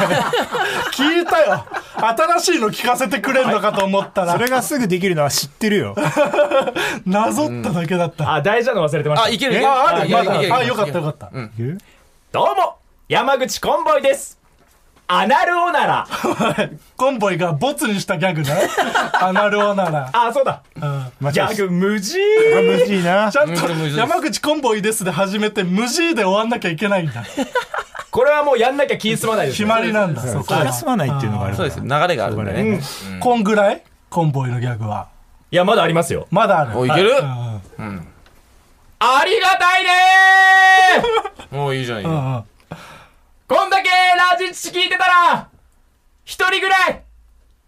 Speaker 3: 聞いたよ。新しいの聞かせてくれるのかと思った
Speaker 2: そ
Speaker 3: ら、
Speaker 2: れがすぐできるのは知ってるよ。
Speaker 3: なぞっただけだった。
Speaker 5: あ、大事なの忘れてました。
Speaker 4: あ、いけるいけ
Speaker 3: え
Speaker 4: る。
Speaker 3: あ、ある、
Speaker 4: いけ
Speaker 3: ま
Speaker 4: いけいけ
Speaker 3: だ。あ、よかったよかった。
Speaker 2: え
Speaker 5: どうも、山口コンボイです。アナルオナラ。
Speaker 3: コンボイがボツにしたギャグ ね。アナルオナラ。
Speaker 5: あ、そうだ。
Speaker 2: 間違
Speaker 5: ギャ
Speaker 2: え
Speaker 5: グ 無事
Speaker 2: た。むずいな
Speaker 3: ち。ゃん
Speaker 4: うんことれむずいです
Speaker 3: 山口コンボイですで始めて無 G で終わんなきゃいけないんだ。
Speaker 5: これはもうやんなきゃ気済まないです
Speaker 3: 決
Speaker 5: ね。
Speaker 3: まりなんだ、そ
Speaker 2: 気
Speaker 3: こは
Speaker 2: が済まないっていうのがあるか
Speaker 4: そう
Speaker 2: ら。
Speaker 4: です。流れがあるんでね。
Speaker 3: こんぐらいコンボイのギャグは。
Speaker 5: いや、まだありますよ。
Speaker 3: まだある。
Speaker 4: おいける
Speaker 3: うん
Speaker 5: ありがたいねー
Speaker 4: もういいじゃない。
Speaker 3: う
Speaker 4: あ
Speaker 3: んうん
Speaker 5: こんだけラジチ聞いてたら、一人ぐらい、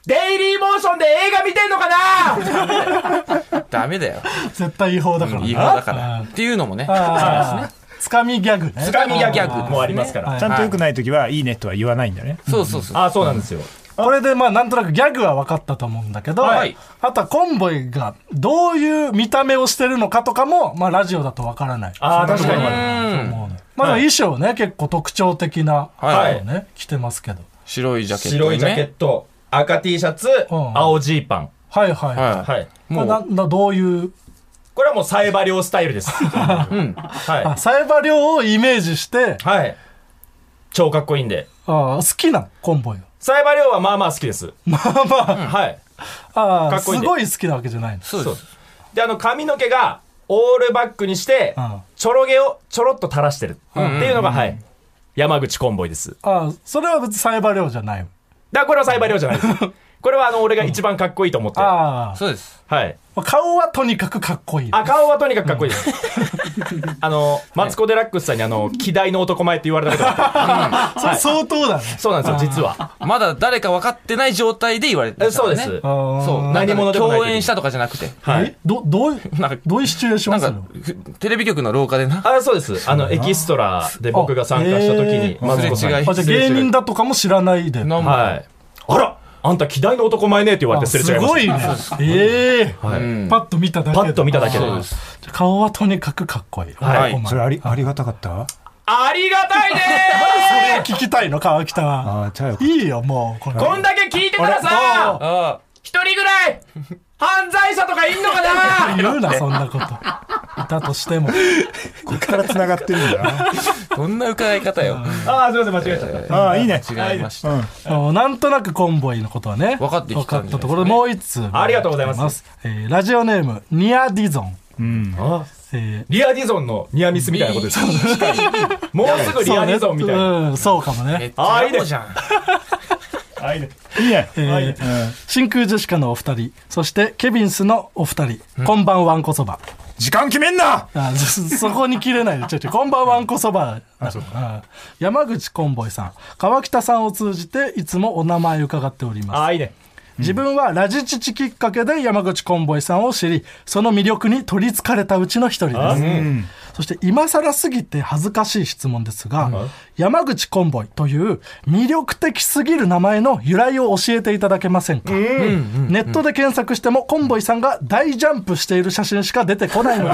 Speaker 5: デイリーモーションで映画見てんのかな
Speaker 4: ダメだよ。
Speaker 3: 絶対違法だから。
Speaker 4: 違法だから。っていうのもね。
Speaker 3: あーつかみギャグね。
Speaker 5: つかみギ
Speaker 4: ギャ
Speaker 5: ャ
Speaker 4: グ
Speaker 5: グもありますから。
Speaker 3: はい
Speaker 2: ちゃんと良くないときは、いいねとは言わないんだね。
Speaker 4: そうそうそう。
Speaker 5: あ、そうなんですよ。
Speaker 3: これでまあなんとなくギャグは分かったと思うんだけど、
Speaker 4: はい
Speaker 3: あとはコンボイがどういう見た目をしてるのかとかも、まあラジオだと分からない。
Speaker 5: あー、確かに。
Speaker 4: うん。
Speaker 3: もうねまあでも衣装ね、結構特徴的な、
Speaker 4: はい
Speaker 3: ね、着てますけど。
Speaker 4: 白いジャケット。
Speaker 5: 白いジャケッ。ト、赤 T シャツ、
Speaker 3: うん
Speaker 5: 青ジーパン。
Speaker 3: はいはい。
Speaker 4: は
Speaker 5: はい。
Speaker 4: い。も
Speaker 3: な
Speaker 4: う、
Speaker 3: などういう、
Speaker 5: これはもうサイバリオスタイル です。
Speaker 4: うん。
Speaker 5: は
Speaker 3: あ、サイバリオをイメージして
Speaker 5: い。、はい。超かっこいいんで。
Speaker 3: あー好きなコンボイ。
Speaker 5: サイバリオはまあまあ好きです。まあまあ。はい。
Speaker 3: あ
Speaker 5: か
Speaker 3: あ、
Speaker 5: っ
Speaker 3: す
Speaker 5: こいいんで
Speaker 3: ごい好きなわけじゃないの。
Speaker 4: そうです。
Speaker 5: で、あの、髪の毛が、オールバックにして
Speaker 3: うん、
Speaker 5: ちょろ毛をちょろっと垂らしてる。っていうのが、はい。山口コンボイです。だか
Speaker 3: ああ、それは別にサイバリオじゃない。
Speaker 5: らこれはサイバリオじゃないです。これはあの、俺が一番かっこいいと思って。は
Speaker 3: ああ
Speaker 4: そうです。
Speaker 5: い。
Speaker 3: まあ、顔はとにかくかっこいい。
Speaker 5: あ、顔はとにかくかっこいい です。あの、マツコ・デラックスさんにあの、希代の男前って言われたことがあって
Speaker 3: それ相当だね。
Speaker 5: そうなんですよ、実は。
Speaker 4: まだ誰か分かってない状態で言われて
Speaker 5: え
Speaker 4: ました
Speaker 5: そ
Speaker 4: か
Speaker 5: う
Speaker 4: ら
Speaker 5: で
Speaker 4: ね
Speaker 5: す。
Speaker 3: ああ
Speaker 4: そう。
Speaker 5: 何者でもない
Speaker 4: んか共演したとかじゃなくて。
Speaker 5: はい
Speaker 3: え。ど、どういう
Speaker 4: なんか、
Speaker 3: どういうシチュエーショ
Speaker 4: な
Speaker 3: ン
Speaker 4: ん
Speaker 3: する
Speaker 4: か
Speaker 3: の、
Speaker 4: テレビ局の廊下でな。
Speaker 5: あ、そうです。あの、エキストラで僕が参加した時に、
Speaker 3: あ
Speaker 5: マツコさ
Speaker 4: すれ
Speaker 5: んに
Speaker 4: 違い
Speaker 3: あ、じゃあ芸人だとかも知らないで。
Speaker 4: なんか
Speaker 5: はい。あらあんた、希代の男前ねって言われ
Speaker 3: あ
Speaker 5: てすれ
Speaker 3: す
Speaker 5: 違いま
Speaker 3: ご
Speaker 5: し
Speaker 3: いね
Speaker 5: た。。
Speaker 3: ええ
Speaker 5: はい
Speaker 4: うん
Speaker 3: パッと見ただけ
Speaker 5: パ
Speaker 3: で。
Speaker 5: ッと見ただけで。
Speaker 4: そうです
Speaker 3: じゃあ顔はとにかくかっこいい。
Speaker 5: はい
Speaker 3: お前
Speaker 2: それあり、ありがたかった
Speaker 5: ありがたいね
Speaker 3: それ聞きたいの、川北は。
Speaker 2: ああ、じゃあよかっ
Speaker 3: いいよ、もう。これ
Speaker 5: ーこんだけ聞いてたら
Speaker 3: あ
Speaker 5: さ、
Speaker 4: あ
Speaker 5: 一人ぐらい、犯罪者とかいんのかな
Speaker 3: 言うな、そんなこと。いたとしても。
Speaker 2: た。こっから繋がってるんだな。
Speaker 4: あ、どんな伺い方よ。
Speaker 5: あー、すいません、間違えちゃった。
Speaker 2: ああ、いいね。
Speaker 4: 違いました。
Speaker 2: うん。
Speaker 3: あのなんとなくコンボイのことはね
Speaker 4: 分かってきたんじゃない
Speaker 3: 分かったところでもう一通
Speaker 5: ありがとうございます
Speaker 3: えーラジオネームニア・ディゾン、
Speaker 5: あ
Speaker 3: え
Speaker 5: リアディゾンのニアミスみたいなことです。もうすぐ
Speaker 3: ー
Speaker 5: リアディゾンみたいな。
Speaker 3: うんそうかも
Speaker 4: めっ
Speaker 3: ね、
Speaker 4: ちゃラボじゃん。
Speaker 5: あいいね
Speaker 2: いいね。
Speaker 3: えー真空ジェシカのお二人そしてケビンスのお二人、こんばんわんこそば
Speaker 2: 時間決めんな
Speaker 3: あそ そこに切れないでちょいちょいこんばんわんこそばだうん山口コンボイさん川北さんを通じていつもお名前伺っております
Speaker 5: あー、いいね。
Speaker 3: 自分はラジチチきっかけで山口コンボイさんを知り、その魅力に取りつかれたうちの一人です。そして今更すぎて恥ずかしい質問ですが、山口コンボイという魅力的すぎる名前の由来を教えていただけませんか、ネットで検索してもコンボイさんが大ジャンプしている写真しか出てこないので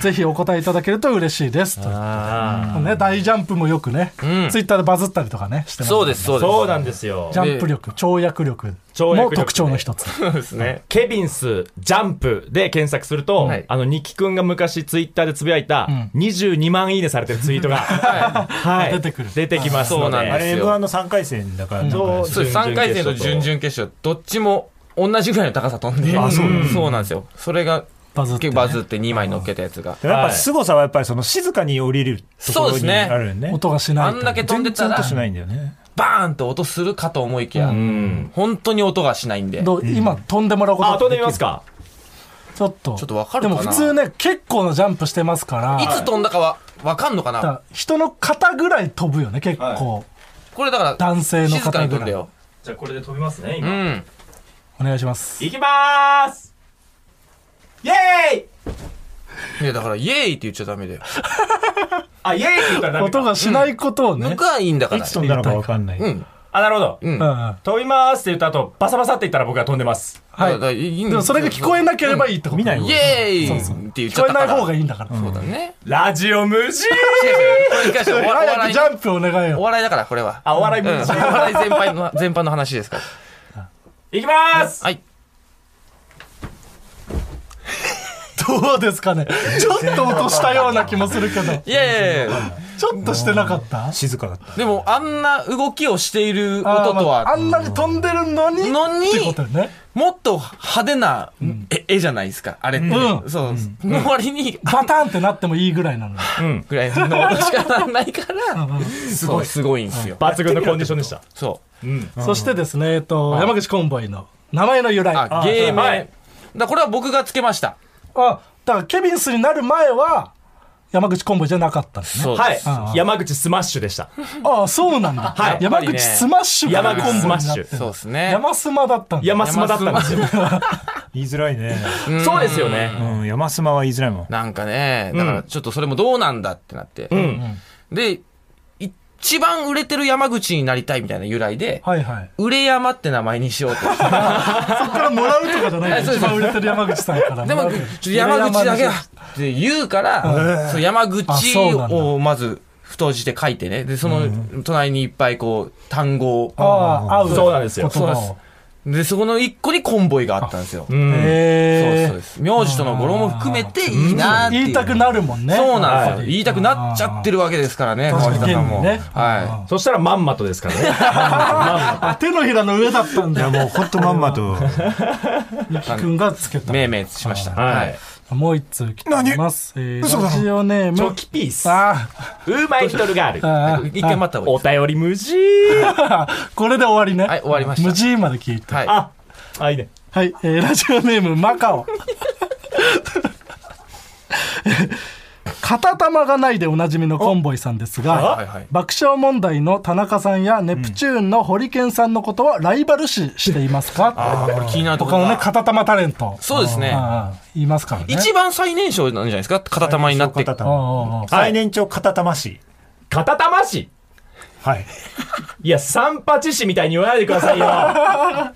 Speaker 3: す。ぜひお答えいただけると嬉しいです。と
Speaker 5: あ
Speaker 3: ね、大ジャンプもよくね、ツイッターでバズったりとかね、してます。
Speaker 4: そうです、そう
Speaker 5: ー
Speaker 4: です。
Speaker 5: そうなんですよ
Speaker 3: ジ。ャンプ力、跳躍力
Speaker 5: 跳躍力
Speaker 3: も
Speaker 5: ね
Speaker 3: 特徴の一 つ。
Speaker 4: そうですね。
Speaker 5: ケビンス、ジャンプで検索すると、
Speaker 4: はい
Speaker 5: あの、ニキ君が昔ツイッターでつぶやいた、22万いいねされてるツイートが、はい
Speaker 3: 出てくる
Speaker 5: 出てきます
Speaker 4: そ
Speaker 5: の
Speaker 4: うなん
Speaker 5: で。
Speaker 2: あ
Speaker 4: で
Speaker 2: れ、
Speaker 4: すよ
Speaker 2: M1 の3回戦だから、どう
Speaker 4: そうです3回戦と準々決勝、どっちも同じぐらいの高さ飛んで、そうなんですよ。それが
Speaker 3: バズってね
Speaker 4: 結構バズって2枚乗っけたやつが。
Speaker 2: でもやっ
Speaker 5: は
Speaker 2: ぱ
Speaker 5: い
Speaker 2: 凄さはやっぱりその静かに降りるとこ
Speaker 4: そう
Speaker 2: ろ
Speaker 4: です
Speaker 2: に
Speaker 4: ね
Speaker 2: あるよね。
Speaker 3: 音がしない
Speaker 4: あ
Speaker 3: と
Speaker 4: んだけ飛んでた
Speaker 2: 全然
Speaker 4: ら
Speaker 2: 音、しないんだよね。
Speaker 4: バーンと音するかと思いきや、
Speaker 5: うん。
Speaker 4: 本当に音がしないんで。
Speaker 3: どう今飛んでもらうこと
Speaker 5: あ、飛んでみますか。
Speaker 3: ちょっと
Speaker 4: ちょっとわかるかな
Speaker 3: でも普通ね結構なジャンプしてますから
Speaker 4: いつ飛んだかはわかんのか
Speaker 3: だか
Speaker 4: な
Speaker 3: ら人の肩ぐらい飛ぶよね結構、
Speaker 5: は
Speaker 4: これだから、
Speaker 3: 男性の
Speaker 4: 静か
Speaker 3: 方
Speaker 4: に
Speaker 3: ぐ
Speaker 4: 飛ん
Speaker 3: ら
Speaker 4: だ
Speaker 3: い
Speaker 4: よ。
Speaker 5: じゃあこれで飛びますね、
Speaker 4: う。ん。
Speaker 3: お願いします
Speaker 5: いきまーすイェーイ
Speaker 4: いや、だから、イエーイって言っちゃダメだよ。
Speaker 5: あ、イェーイって言ったらダメ
Speaker 3: 音
Speaker 5: か
Speaker 3: がしないことをね、
Speaker 4: 僕はいいんだか
Speaker 2: い
Speaker 4: ら
Speaker 2: つ。飛んだのかわかんない。
Speaker 4: うん。
Speaker 5: あ、なるほど。
Speaker 4: うん。
Speaker 3: うんう
Speaker 4: だ
Speaker 3: ん
Speaker 5: 飛びまーすって言った後、バサバサって言ったら僕は飛んでます。
Speaker 4: か
Speaker 3: はい
Speaker 4: らいいん
Speaker 3: でもそれが聞こえなければいいってこと、
Speaker 2: 見ない
Speaker 4: イ
Speaker 2: 方
Speaker 4: エーイ
Speaker 3: そうそう
Speaker 4: って言っち
Speaker 3: 聞
Speaker 4: ゃっ
Speaker 3: こえ
Speaker 4: た
Speaker 3: な
Speaker 4: か
Speaker 3: い
Speaker 4: ら。
Speaker 3: 方がいいんだから、
Speaker 4: そうだね。
Speaker 5: ラジオ無事
Speaker 4: 違う違うこれに関し てはお笑い
Speaker 3: 早
Speaker 4: お笑
Speaker 3: く
Speaker 4: い
Speaker 3: ジャンプお願い
Speaker 4: お
Speaker 3: よ
Speaker 4: 笑いだから、これは。
Speaker 5: あ、お笑い無
Speaker 4: うん、お
Speaker 5: 事。
Speaker 4: 笑い全般の、全般の話ですから。
Speaker 5: いきまーす
Speaker 4: はい。
Speaker 3: どうですかねちょっと落としたような気もするけど
Speaker 4: いやいやいや
Speaker 3: ちょっとしてなかった
Speaker 2: 静かだった。
Speaker 4: でも、あんな動きをしている音と
Speaker 3: あーまああ
Speaker 4: は、
Speaker 3: んなに飛んでるのに
Speaker 4: のに
Speaker 3: ってことよね
Speaker 4: もっと派手なえ絵じゃないですか、あれって。
Speaker 3: う
Speaker 4: そう。の割に、
Speaker 3: バターンってなってもいいぐらいなのに
Speaker 4: ぐらいの音しかならない から、すごい、すごいんですよ。
Speaker 5: 抜群のコンディションでした。
Speaker 4: そ
Speaker 5: うん。
Speaker 3: そしてですね、えっと、山口コンボイの名前の由来。
Speaker 4: う。
Speaker 3: あ
Speaker 4: あ、芸名。
Speaker 5: はい
Speaker 4: だこれは僕がつけました。
Speaker 3: だからケビンスになる前は、山口コンボイじゃなかったんですね。
Speaker 4: そうです。
Speaker 5: は
Speaker 3: あ
Speaker 5: い。山口スマッシュでした。
Speaker 3: ああ、そうなん だ。
Speaker 5: はい
Speaker 3: 山口スマッシュから
Speaker 5: 山口
Speaker 3: コンボイになって
Speaker 5: スマッシュ
Speaker 4: そうですね。
Speaker 3: 山スマだったんだ。
Speaker 5: 山スマだったんですよ。
Speaker 2: 言いづらいね。
Speaker 5: そうですよね。
Speaker 2: うん、山スマは言いづらいもん。
Speaker 4: なんかね、だからちょっとそれもどうなんだってなって。
Speaker 5: うん。
Speaker 4: で、一番売れてる山口になりたいみたいな由来で、
Speaker 3: はいはい。
Speaker 4: 売れ山って名前にしようと。
Speaker 3: そっからもらうとかじゃない
Speaker 4: そう
Speaker 3: よ
Speaker 4: です
Speaker 3: 一番売れてる山口さんから。
Speaker 4: でも、ちょっと山口だけだって言うから、そう山
Speaker 3: あ
Speaker 4: 口
Speaker 3: そうなんだ
Speaker 4: をまず太字で書いてね。で、その隣にいっぱいこう、単語を。
Speaker 3: ああ、合う。
Speaker 5: そうなんですよ
Speaker 3: 言
Speaker 4: そう
Speaker 3: 葉
Speaker 4: です
Speaker 3: を。。
Speaker 4: で、そこの一個にコンボイがあったんですよ。
Speaker 5: うん。
Speaker 4: そうです、
Speaker 3: へ
Speaker 4: そうで
Speaker 3: え。
Speaker 4: す。名字との語呂も含めていいなーっていう。
Speaker 3: 言いたくなるもんね。
Speaker 4: そうなんです
Speaker 3: は
Speaker 4: よ。
Speaker 3: い
Speaker 4: 言いたくなっちゃってるわけですからね、
Speaker 3: 確
Speaker 4: 川北
Speaker 3: かに
Speaker 4: さんも。
Speaker 3: ね
Speaker 4: は
Speaker 5: そしたらまんまとですからね。
Speaker 3: あ、手のひらの上だったん
Speaker 2: い
Speaker 3: だ
Speaker 2: や、
Speaker 3: よ。
Speaker 2: もうほんとまんまと。
Speaker 3: きくんがつけた
Speaker 4: い。。命名しました。
Speaker 5: はい。
Speaker 3: もう一通来ております。えー
Speaker 2: 嘘だ
Speaker 3: ラ
Speaker 2: ろ
Speaker 3: ジオネーム。
Speaker 5: チョキピース。
Speaker 3: あ
Speaker 5: ウーマイリトルガー
Speaker 3: ー
Speaker 5: ル。
Speaker 3: あー、
Speaker 4: 一回待った方がいい
Speaker 5: お
Speaker 4: で
Speaker 5: 便り無事
Speaker 3: これで終わりね。
Speaker 4: はい終わりました
Speaker 3: 無事まで聞い
Speaker 4: す。
Speaker 3: た。
Speaker 4: はい。
Speaker 5: あ、あ、いいね。
Speaker 3: はい、えーラジオネーム、マカオ。 片玉がないでおなじみのコンボイさんです
Speaker 4: はいは
Speaker 3: が
Speaker 4: い、
Speaker 3: 爆笑問題の田中さんやネプチューンのホリケンさんのことはライバル視していますか、
Speaker 4: あーこれ気になるとこ
Speaker 3: 他
Speaker 4: ろ
Speaker 3: のね、
Speaker 4: だ
Speaker 3: 片玉タレント。
Speaker 4: そうですね
Speaker 3: あー。いますからね。
Speaker 4: 一番最年少なんじゃないですか片玉になって。
Speaker 2: 片
Speaker 3: あー
Speaker 2: 玉
Speaker 3: あーあー
Speaker 2: 最年長片玉市。
Speaker 5: 片玉市
Speaker 2: はい。
Speaker 5: いや、三八市みたいに言わないでくだ さいよ。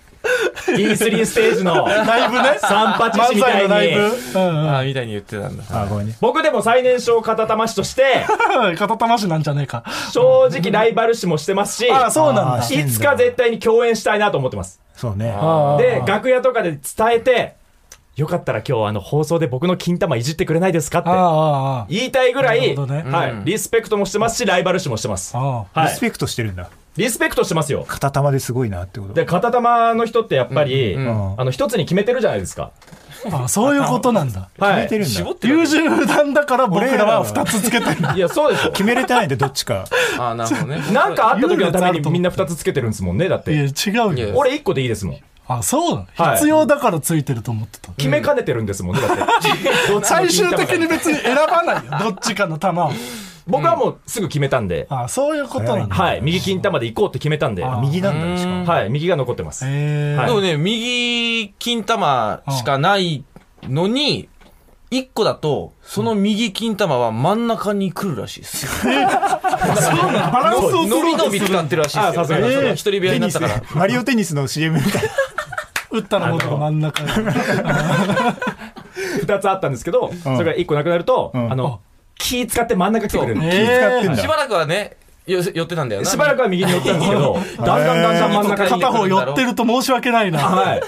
Speaker 5: E3 ステージの。
Speaker 3: ライブね。
Speaker 5: 三八市
Speaker 3: 漫
Speaker 5: みた
Speaker 3: 才
Speaker 5: い
Speaker 3: のライブ。
Speaker 5: に。
Speaker 3: うんうん
Speaker 4: あーみたいに言ってたんだ。
Speaker 2: あ、ごめんね。
Speaker 5: 僕でも最年少片玉市として、
Speaker 3: 片玉師なんじゃねえか。
Speaker 5: 正直ライバル視もしてますし、
Speaker 3: ああ、そうなん
Speaker 2: あ
Speaker 3: だ
Speaker 2: ー。
Speaker 5: いつか絶対に共演したいなと思ってます。
Speaker 2: そうね。
Speaker 3: あー
Speaker 5: で、楽屋とかで伝えて、よかったら今日あの放送で僕の金玉いじってくれないですか
Speaker 3: ああ
Speaker 5: って
Speaker 3: ああ
Speaker 5: 言いたいぐらい、
Speaker 3: なるほどね
Speaker 5: はい、リスペクトもしてますし、ライバル視もしてます。は
Speaker 3: ああ
Speaker 2: リ
Speaker 5: い
Speaker 2: ス、ペクトしてるんだ。
Speaker 5: リスペクトしてますよ。
Speaker 2: 片玉ですごいなってこと。
Speaker 5: で、片玉の人ってやっぱり、
Speaker 4: うん
Speaker 2: うん
Speaker 5: あの、一つに決めてるじゃないですか。
Speaker 3: ああそういうことなんだ。
Speaker 2: 決
Speaker 5: は
Speaker 2: めて
Speaker 5: い。
Speaker 2: るんだ
Speaker 4: 絞。ってる
Speaker 3: 優柔不断だから僕らは2つつけてる。
Speaker 5: いや、そ うですよ。
Speaker 2: 決めれてないんで、どっちか。
Speaker 4: あーなるほどね。
Speaker 5: なんかあった時のためにみんな二つつけてるんですもんね、だっ
Speaker 3: いや、
Speaker 5: て。
Speaker 3: 違う
Speaker 4: いや
Speaker 3: よ。
Speaker 5: 俺一個でいいですもん。
Speaker 3: あ、そうな
Speaker 5: は
Speaker 3: の
Speaker 5: い
Speaker 3: 必要だからついてると思ってた。
Speaker 5: 決めかねてるんですもんね、だって。どっちも
Speaker 3: 最
Speaker 5: 金
Speaker 3: 終
Speaker 5: 玉だ
Speaker 3: 的に別に選ばないよ。どっちかの玉を。
Speaker 5: 僕はもうすぐ決めたんで、
Speaker 3: あ、そういうことなんだ。
Speaker 5: はい、右金玉で行こうって決めたんで、
Speaker 3: あ
Speaker 5: は
Speaker 2: 右なんだ、しかも。
Speaker 5: い、右が残ってます。
Speaker 3: え
Speaker 5: は
Speaker 4: で
Speaker 3: ー。
Speaker 5: い
Speaker 4: もね、右金玉しかないのに、一個だと、その右金玉は真ん中に来るらしいですよ。
Speaker 3: バランスを取
Speaker 4: 伸び
Speaker 3: ろ
Speaker 4: 伸
Speaker 3: うと
Speaker 4: び使ってるらしいですよ。
Speaker 5: あさすがに
Speaker 4: えー一人部屋になったから。
Speaker 2: マリオテニスの CM みたい。
Speaker 3: 打ったのことが真ん中に。
Speaker 5: 二つあったんですけど、それから一個なくなると、
Speaker 2: ん
Speaker 5: あの、気使って真ん中来てくれ
Speaker 2: 気
Speaker 5: る。
Speaker 2: 使ってん
Speaker 4: し
Speaker 2: だ。
Speaker 4: ばらくはね、よ寄ってたんだよな。
Speaker 5: しばらくは右に寄ったんですけど、だんだんだんだん真ん中に。
Speaker 3: 片方寄ってると申し訳ないな。
Speaker 5: はい。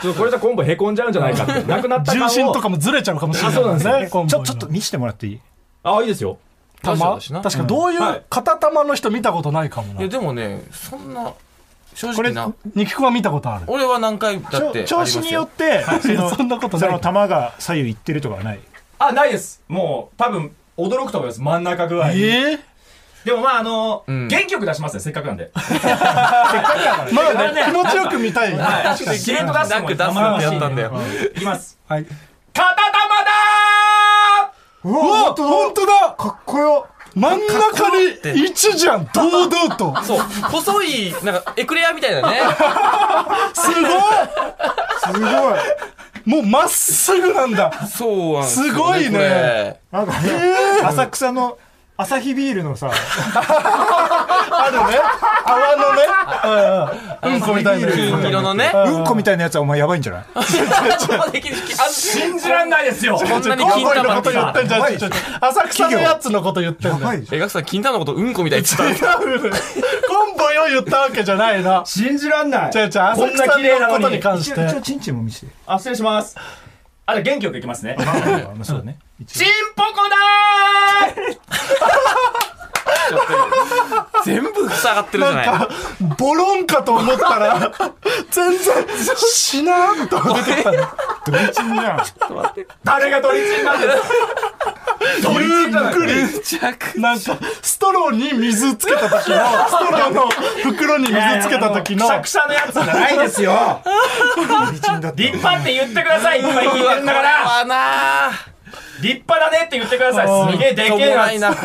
Speaker 5: ちょっとこれじゃコンボへこんじゃうんじゃないかって。なくなった感を
Speaker 3: 重心とかもずれちゃうかもしれない。
Speaker 5: あそうなんです
Speaker 3: ね。
Speaker 5: ね
Speaker 3: ちょ
Speaker 2: ちょ、ちょっと見してもらっていい
Speaker 5: あ、いいですよ。
Speaker 4: 確か
Speaker 3: 玉
Speaker 4: にな
Speaker 3: 確かどうい
Speaker 5: は
Speaker 3: う
Speaker 5: い
Speaker 3: 片玉の人見たことないかも
Speaker 4: いや、
Speaker 3: な。
Speaker 4: でもね、そんな、正
Speaker 2: これ
Speaker 4: 直な。
Speaker 3: ニキクは見たことある。
Speaker 4: 俺は何回だってありますよ。
Speaker 2: 調子によって
Speaker 3: いやそんなことな
Speaker 2: その
Speaker 3: い
Speaker 2: 球が左右行ってるとかはない
Speaker 5: あ、ないです。もう、多分、驚くと思います。真ん中具合に。
Speaker 3: え
Speaker 5: でもまあ、あの、
Speaker 4: うん
Speaker 5: 元気よく出しますね、せっかくなんで。
Speaker 3: えまあね、気持ちよく見たい。
Speaker 5: はい。
Speaker 3: は
Speaker 5: ゲート出すのも
Speaker 4: 出すのってやったんだよ。
Speaker 5: いきます。
Speaker 3: い。
Speaker 5: 片玉だ
Speaker 3: うわ、本当だかっこよ真ん中に1じゃん堂々と
Speaker 4: そう。細い、なんか、エクレアみたいなね。
Speaker 3: すごい
Speaker 2: すごい
Speaker 3: もうまっすぐなんだ
Speaker 4: そうなんよ
Speaker 3: すごいね。
Speaker 4: これ
Speaker 2: なんか、浅草の朝日ビールのさ
Speaker 3: あるね泡のねうんうんうんこみたいな
Speaker 4: 金色のね。
Speaker 2: うんこみたいなやつはお前やばいんじゃない
Speaker 5: 信じらんないですよ
Speaker 4: こんなに
Speaker 3: コン
Speaker 4: 金
Speaker 3: ボイの
Speaker 4: 玉
Speaker 3: こ
Speaker 4: っ
Speaker 3: と
Speaker 4: て
Speaker 3: 言っ
Speaker 4: さ。
Speaker 3: てんじゃんちょちょちょ浅草のやつのこと言って
Speaker 2: や
Speaker 3: んだ
Speaker 2: ば
Speaker 3: よ
Speaker 2: いじゃん
Speaker 4: え、ガクさん、金玉のことうんこみたいって言ってた。
Speaker 3: ダブルコンボイを言ったわけじゃないな
Speaker 5: 信じらんない
Speaker 3: ちょちょ
Speaker 5: こ
Speaker 3: 浅
Speaker 5: んな
Speaker 3: 草
Speaker 5: 綺麗な
Speaker 3: の
Speaker 5: の
Speaker 3: ことに
Speaker 5: に。
Speaker 3: 関し
Speaker 2: 一
Speaker 3: て
Speaker 2: 応一応チンチンも見せて
Speaker 5: あ、失礼します。あ、じゃあ元気よくいきますね。
Speaker 2: まあまあまあまあそうだね一
Speaker 5: チンポコだー
Speaker 4: 全部塞がってるじゃない。
Speaker 3: なんかボロンかと思ったら 全然しなーんと出てきたの
Speaker 2: 応ドイチンじゃん
Speaker 5: 誰が鳥チンなんですか鳥チンじゃない
Speaker 4: めちゃく
Speaker 3: なんか、ストローに水つけた時の、ストローの袋に水つけた時の
Speaker 5: いやいやあ、くしゃくしゃのやつじゃないですよ
Speaker 2: ドイチンだった
Speaker 5: 立派って言ってくださいいっぱい聞いてるんだから
Speaker 4: はなぁ。
Speaker 5: 立派だねって言ってくださいすげえでけえ
Speaker 4: ない
Speaker 5: な
Speaker 4: な。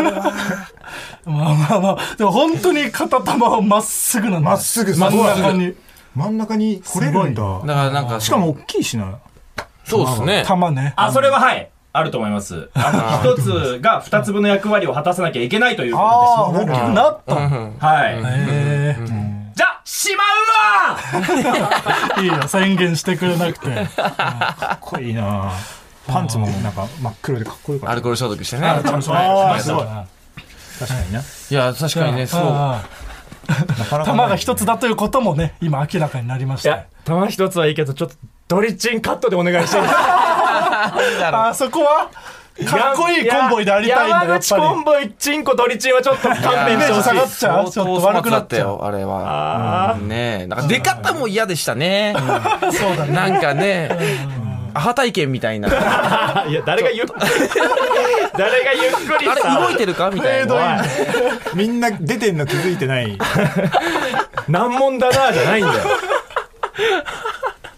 Speaker 3: まあまあまあ、でも本当に片玉をまっすぐなんだ。
Speaker 2: まっすぐ
Speaker 3: 真ん中
Speaker 2: すご
Speaker 3: に。
Speaker 2: 真ん中に来れるんだ
Speaker 4: だからなんか、
Speaker 2: しかも大きいしな
Speaker 4: そうですね。
Speaker 3: 玉ね。
Speaker 5: あそれははいあると思いますあの一つが二つ分の役割を果たさなきゃいけないというこ
Speaker 3: ああ、大きくなった。
Speaker 5: とですはい
Speaker 3: え
Speaker 5: じゃあしまうわ
Speaker 3: え、いいよ、宣言してくれなくて。
Speaker 2: かっこいいなパンツもなんか真っ黒でかっこよか
Speaker 4: ア
Speaker 2: っ
Speaker 4: ルコール消毒してね。
Speaker 2: あー
Speaker 5: あ
Speaker 2: すごいた確かにない
Speaker 4: や、確かにね、そう。
Speaker 2: なかなか
Speaker 3: 玉
Speaker 2: な
Speaker 3: が
Speaker 2: い
Speaker 3: 一つだということもね、今明らかになりました。
Speaker 5: 玉一つはいいけどちょっとドリチンカットでお願いして
Speaker 3: あそこは、かっこいいコンボイでありたいんだ、やっぱり。
Speaker 5: ボイチンコドリチンはちょっと勘
Speaker 3: イメージ下がっちゃうちょ
Speaker 4: 相
Speaker 3: っと
Speaker 4: 当
Speaker 3: 悪くなっ
Speaker 4: 粗末
Speaker 3: ち
Speaker 4: だ
Speaker 3: ゃう。
Speaker 4: よ、あれは。うんねえ。なんか出方も嫌でしたね。そうだね。なんかね、アハ体験みたいな。あ
Speaker 5: いや、誰がゆっくり、 誰がゆっく
Speaker 4: れ
Speaker 5: り
Speaker 4: 動い
Speaker 5: さ、
Speaker 4: てるかみたいな。
Speaker 2: みんな出てんの気づいてない
Speaker 5: 難問だな、じゃないんだよ。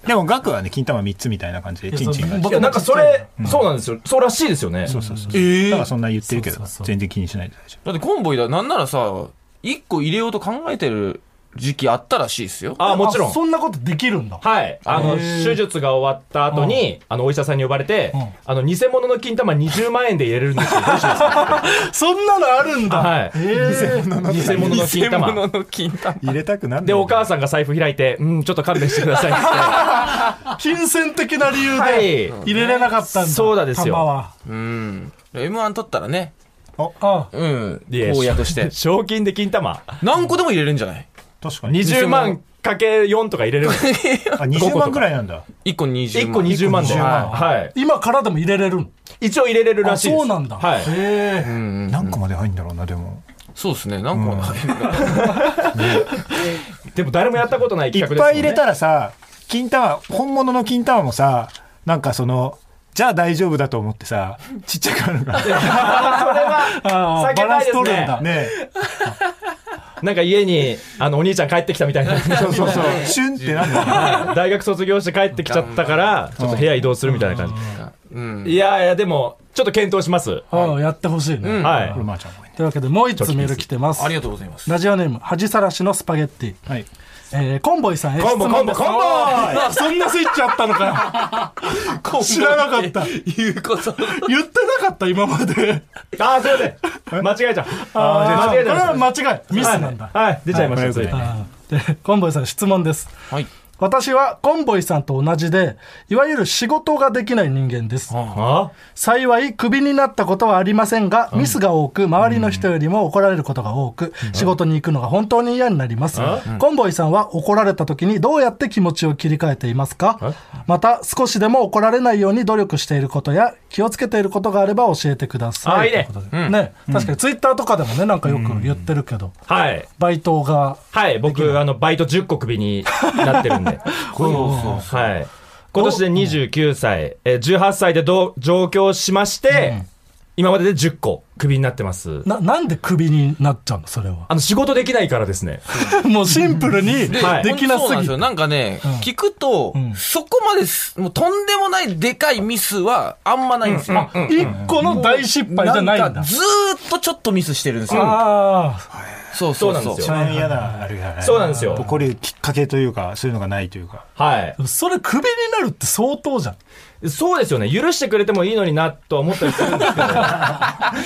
Speaker 2: でも額はね金玉3つみたいな感じでチンチンが
Speaker 3: いや
Speaker 5: いや、なんかそれ、そうなんですよ。そうらしいですよね。
Speaker 2: そうそうそう
Speaker 4: え
Speaker 2: だから
Speaker 4: え。
Speaker 2: そんな言ってるけ
Speaker 3: そ
Speaker 2: ど
Speaker 3: うそうそう
Speaker 2: 全然気にしないで大丈
Speaker 4: だってコンボイだ、なんならさ、一個入れようと考えてる時期あったらしいですよ。
Speaker 5: あ、もちろん。
Speaker 3: そんなことできるんだ。
Speaker 5: はい。あの、
Speaker 3: へー
Speaker 5: 手術が終わった後に、あの、お医者さんに呼ばれて
Speaker 3: うん、
Speaker 5: あの、偽物の金玉20万円で入れれるんです よ。どうしますか
Speaker 3: そんなのあるんだ。
Speaker 5: はい。
Speaker 3: ええ。
Speaker 5: 偽物の金
Speaker 4: 偽物
Speaker 5: 玉。
Speaker 4: の金玉。
Speaker 2: 夫入れたくなんない
Speaker 5: で、お母さんが財布開いて、うん、ちょっと勘弁してくださいっ
Speaker 3: 金銭的な理由で。
Speaker 5: て。はい。
Speaker 3: 入れれなかったんだ。
Speaker 5: そうなんですよ
Speaker 3: 玉は。
Speaker 4: うん。M1 取ったらね、
Speaker 3: あ
Speaker 4: うん、
Speaker 5: いや
Speaker 4: 荒野と して。
Speaker 5: 賞金で金玉。
Speaker 4: 何個でも入れるんじゃない
Speaker 2: 確かに
Speaker 5: 20万かけ4とか入れるんですよ。
Speaker 2: あ20万ぐらいなんだ
Speaker 4: 一個20
Speaker 5: 1
Speaker 4: 万。
Speaker 5: 個20万で。
Speaker 2: 一個20万
Speaker 5: はい。
Speaker 3: 今からでも入れれるの
Speaker 5: 一応入れれるら
Speaker 3: あ、
Speaker 5: しいです。
Speaker 3: そうなんだ。
Speaker 5: はい。
Speaker 3: へ
Speaker 4: う
Speaker 3: え。
Speaker 4: んうん。
Speaker 2: 何個まで入んだろうなでも
Speaker 4: そうですね、何個も入るから。
Speaker 5: でも誰もやったことない
Speaker 2: い
Speaker 5: 企画
Speaker 2: っ
Speaker 5: ですもん
Speaker 2: ぱい
Speaker 5: ね。
Speaker 2: 入れたらさ金玉本物の金玉もさなんかそのじゃあ大丈夫だと思ってさちっちゃくなるから
Speaker 3: ああ、
Speaker 5: 避け
Speaker 3: バラン
Speaker 5: たい
Speaker 3: ス
Speaker 5: ですね
Speaker 3: 取るんだ。
Speaker 2: ね
Speaker 5: なんか家に、あの、お兄ちゃん帰ってきたみたいな。
Speaker 2: そうそうそうシュンってなんだよ
Speaker 5: 大学卒業して帰ってきちゃったから、ちょっと部屋移動するみたいな感
Speaker 4: うん
Speaker 5: じ。いやいや、でも、ちょっと検討します。
Speaker 3: ああ、やってほしいね。
Speaker 5: はい
Speaker 2: これ。まーちゃんごめんね
Speaker 3: というわけで、もう一つメール来てます
Speaker 4: あ。りがとうございます。
Speaker 3: ラジオネーム、恥さらしのスパゲッティ。
Speaker 2: はい
Speaker 3: えー、コンボイさんへ質
Speaker 5: コンボ、コ
Speaker 3: 問
Speaker 5: ンボ、
Speaker 3: です。
Speaker 5: コンボ
Speaker 3: あそんなスイッチあったのか。知らなかった。
Speaker 4: 言うこと。
Speaker 3: 言ってなかった、今まで。
Speaker 5: あー、すいません。間違えちゃう。
Speaker 3: あ
Speaker 5: 間違え
Speaker 3: こ
Speaker 5: ち
Speaker 3: れ
Speaker 5: ゃ
Speaker 3: は
Speaker 5: う。
Speaker 3: 間違い。ミスなんだ。
Speaker 5: はいはい、出ちゃいまし
Speaker 2: は
Speaker 5: た
Speaker 2: い
Speaker 5: つい。
Speaker 3: ああでコンボイさん、質問です。
Speaker 4: はい。
Speaker 3: 私はコンボイさんと同じで、いわゆる仕事ができない人間です。
Speaker 5: あ
Speaker 3: 幸いクビになったことはありませんが、ミスが多く周りの人よりも怒られることが多く、仕事に行くのが本当に嫌になります、コンボイさんは怒られた時にどうやって気持ちを切り替えていますかまた少しでも怒られないように努力していることや気をつけていることがあれば教えてください
Speaker 5: あいいね
Speaker 3: とうことでね確かにツイッターとかでもねなんかよく言ってるけど、
Speaker 5: はい。
Speaker 3: バイトが
Speaker 5: はい、僕、あの、バイト10個首になってるんで。
Speaker 4: そうそう。
Speaker 5: はい。今年で29歳、えー18歳でどう上京しまして、今までで10個首になってます。
Speaker 3: な、なんでクビになっちゃうのそ れは。
Speaker 5: あの、仕事できないからですね。
Speaker 3: もうシンプルに、で
Speaker 5: はい
Speaker 3: きな
Speaker 4: 本当そ
Speaker 3: す
Speaker 4: うなんで
Speaker 3: ぎ
Speaker 4: すよ。
Speaker 3: て。
Speaker 4: なんかね、聞くと、そこまです、もうとんでもないでかいミスはあんまないんですよ。
Speaker 3: 一個の大失敗じゃないん
Speaker 4: か
Speaker 3: だ。
Speaker 4: ずーっとちょっとミスしてるんですよ。
Speaker 3: ああ、
Speaker 4: そうそう
Speaker 5: そうなんです
Speaker 2: 一
Speaker 5: よ
Speaker 2: 番嫌なあれがね
Speaker 5: そうなんですよ
Speaker 2: 怒るきっかけというかそういうのがないというか
Speaker 5: はい。
Speaker 3: それクビになるって相当じゃん。
Speaker 5: そうですよね。許してくれてもいいのにな、とは思ったりするんですけど。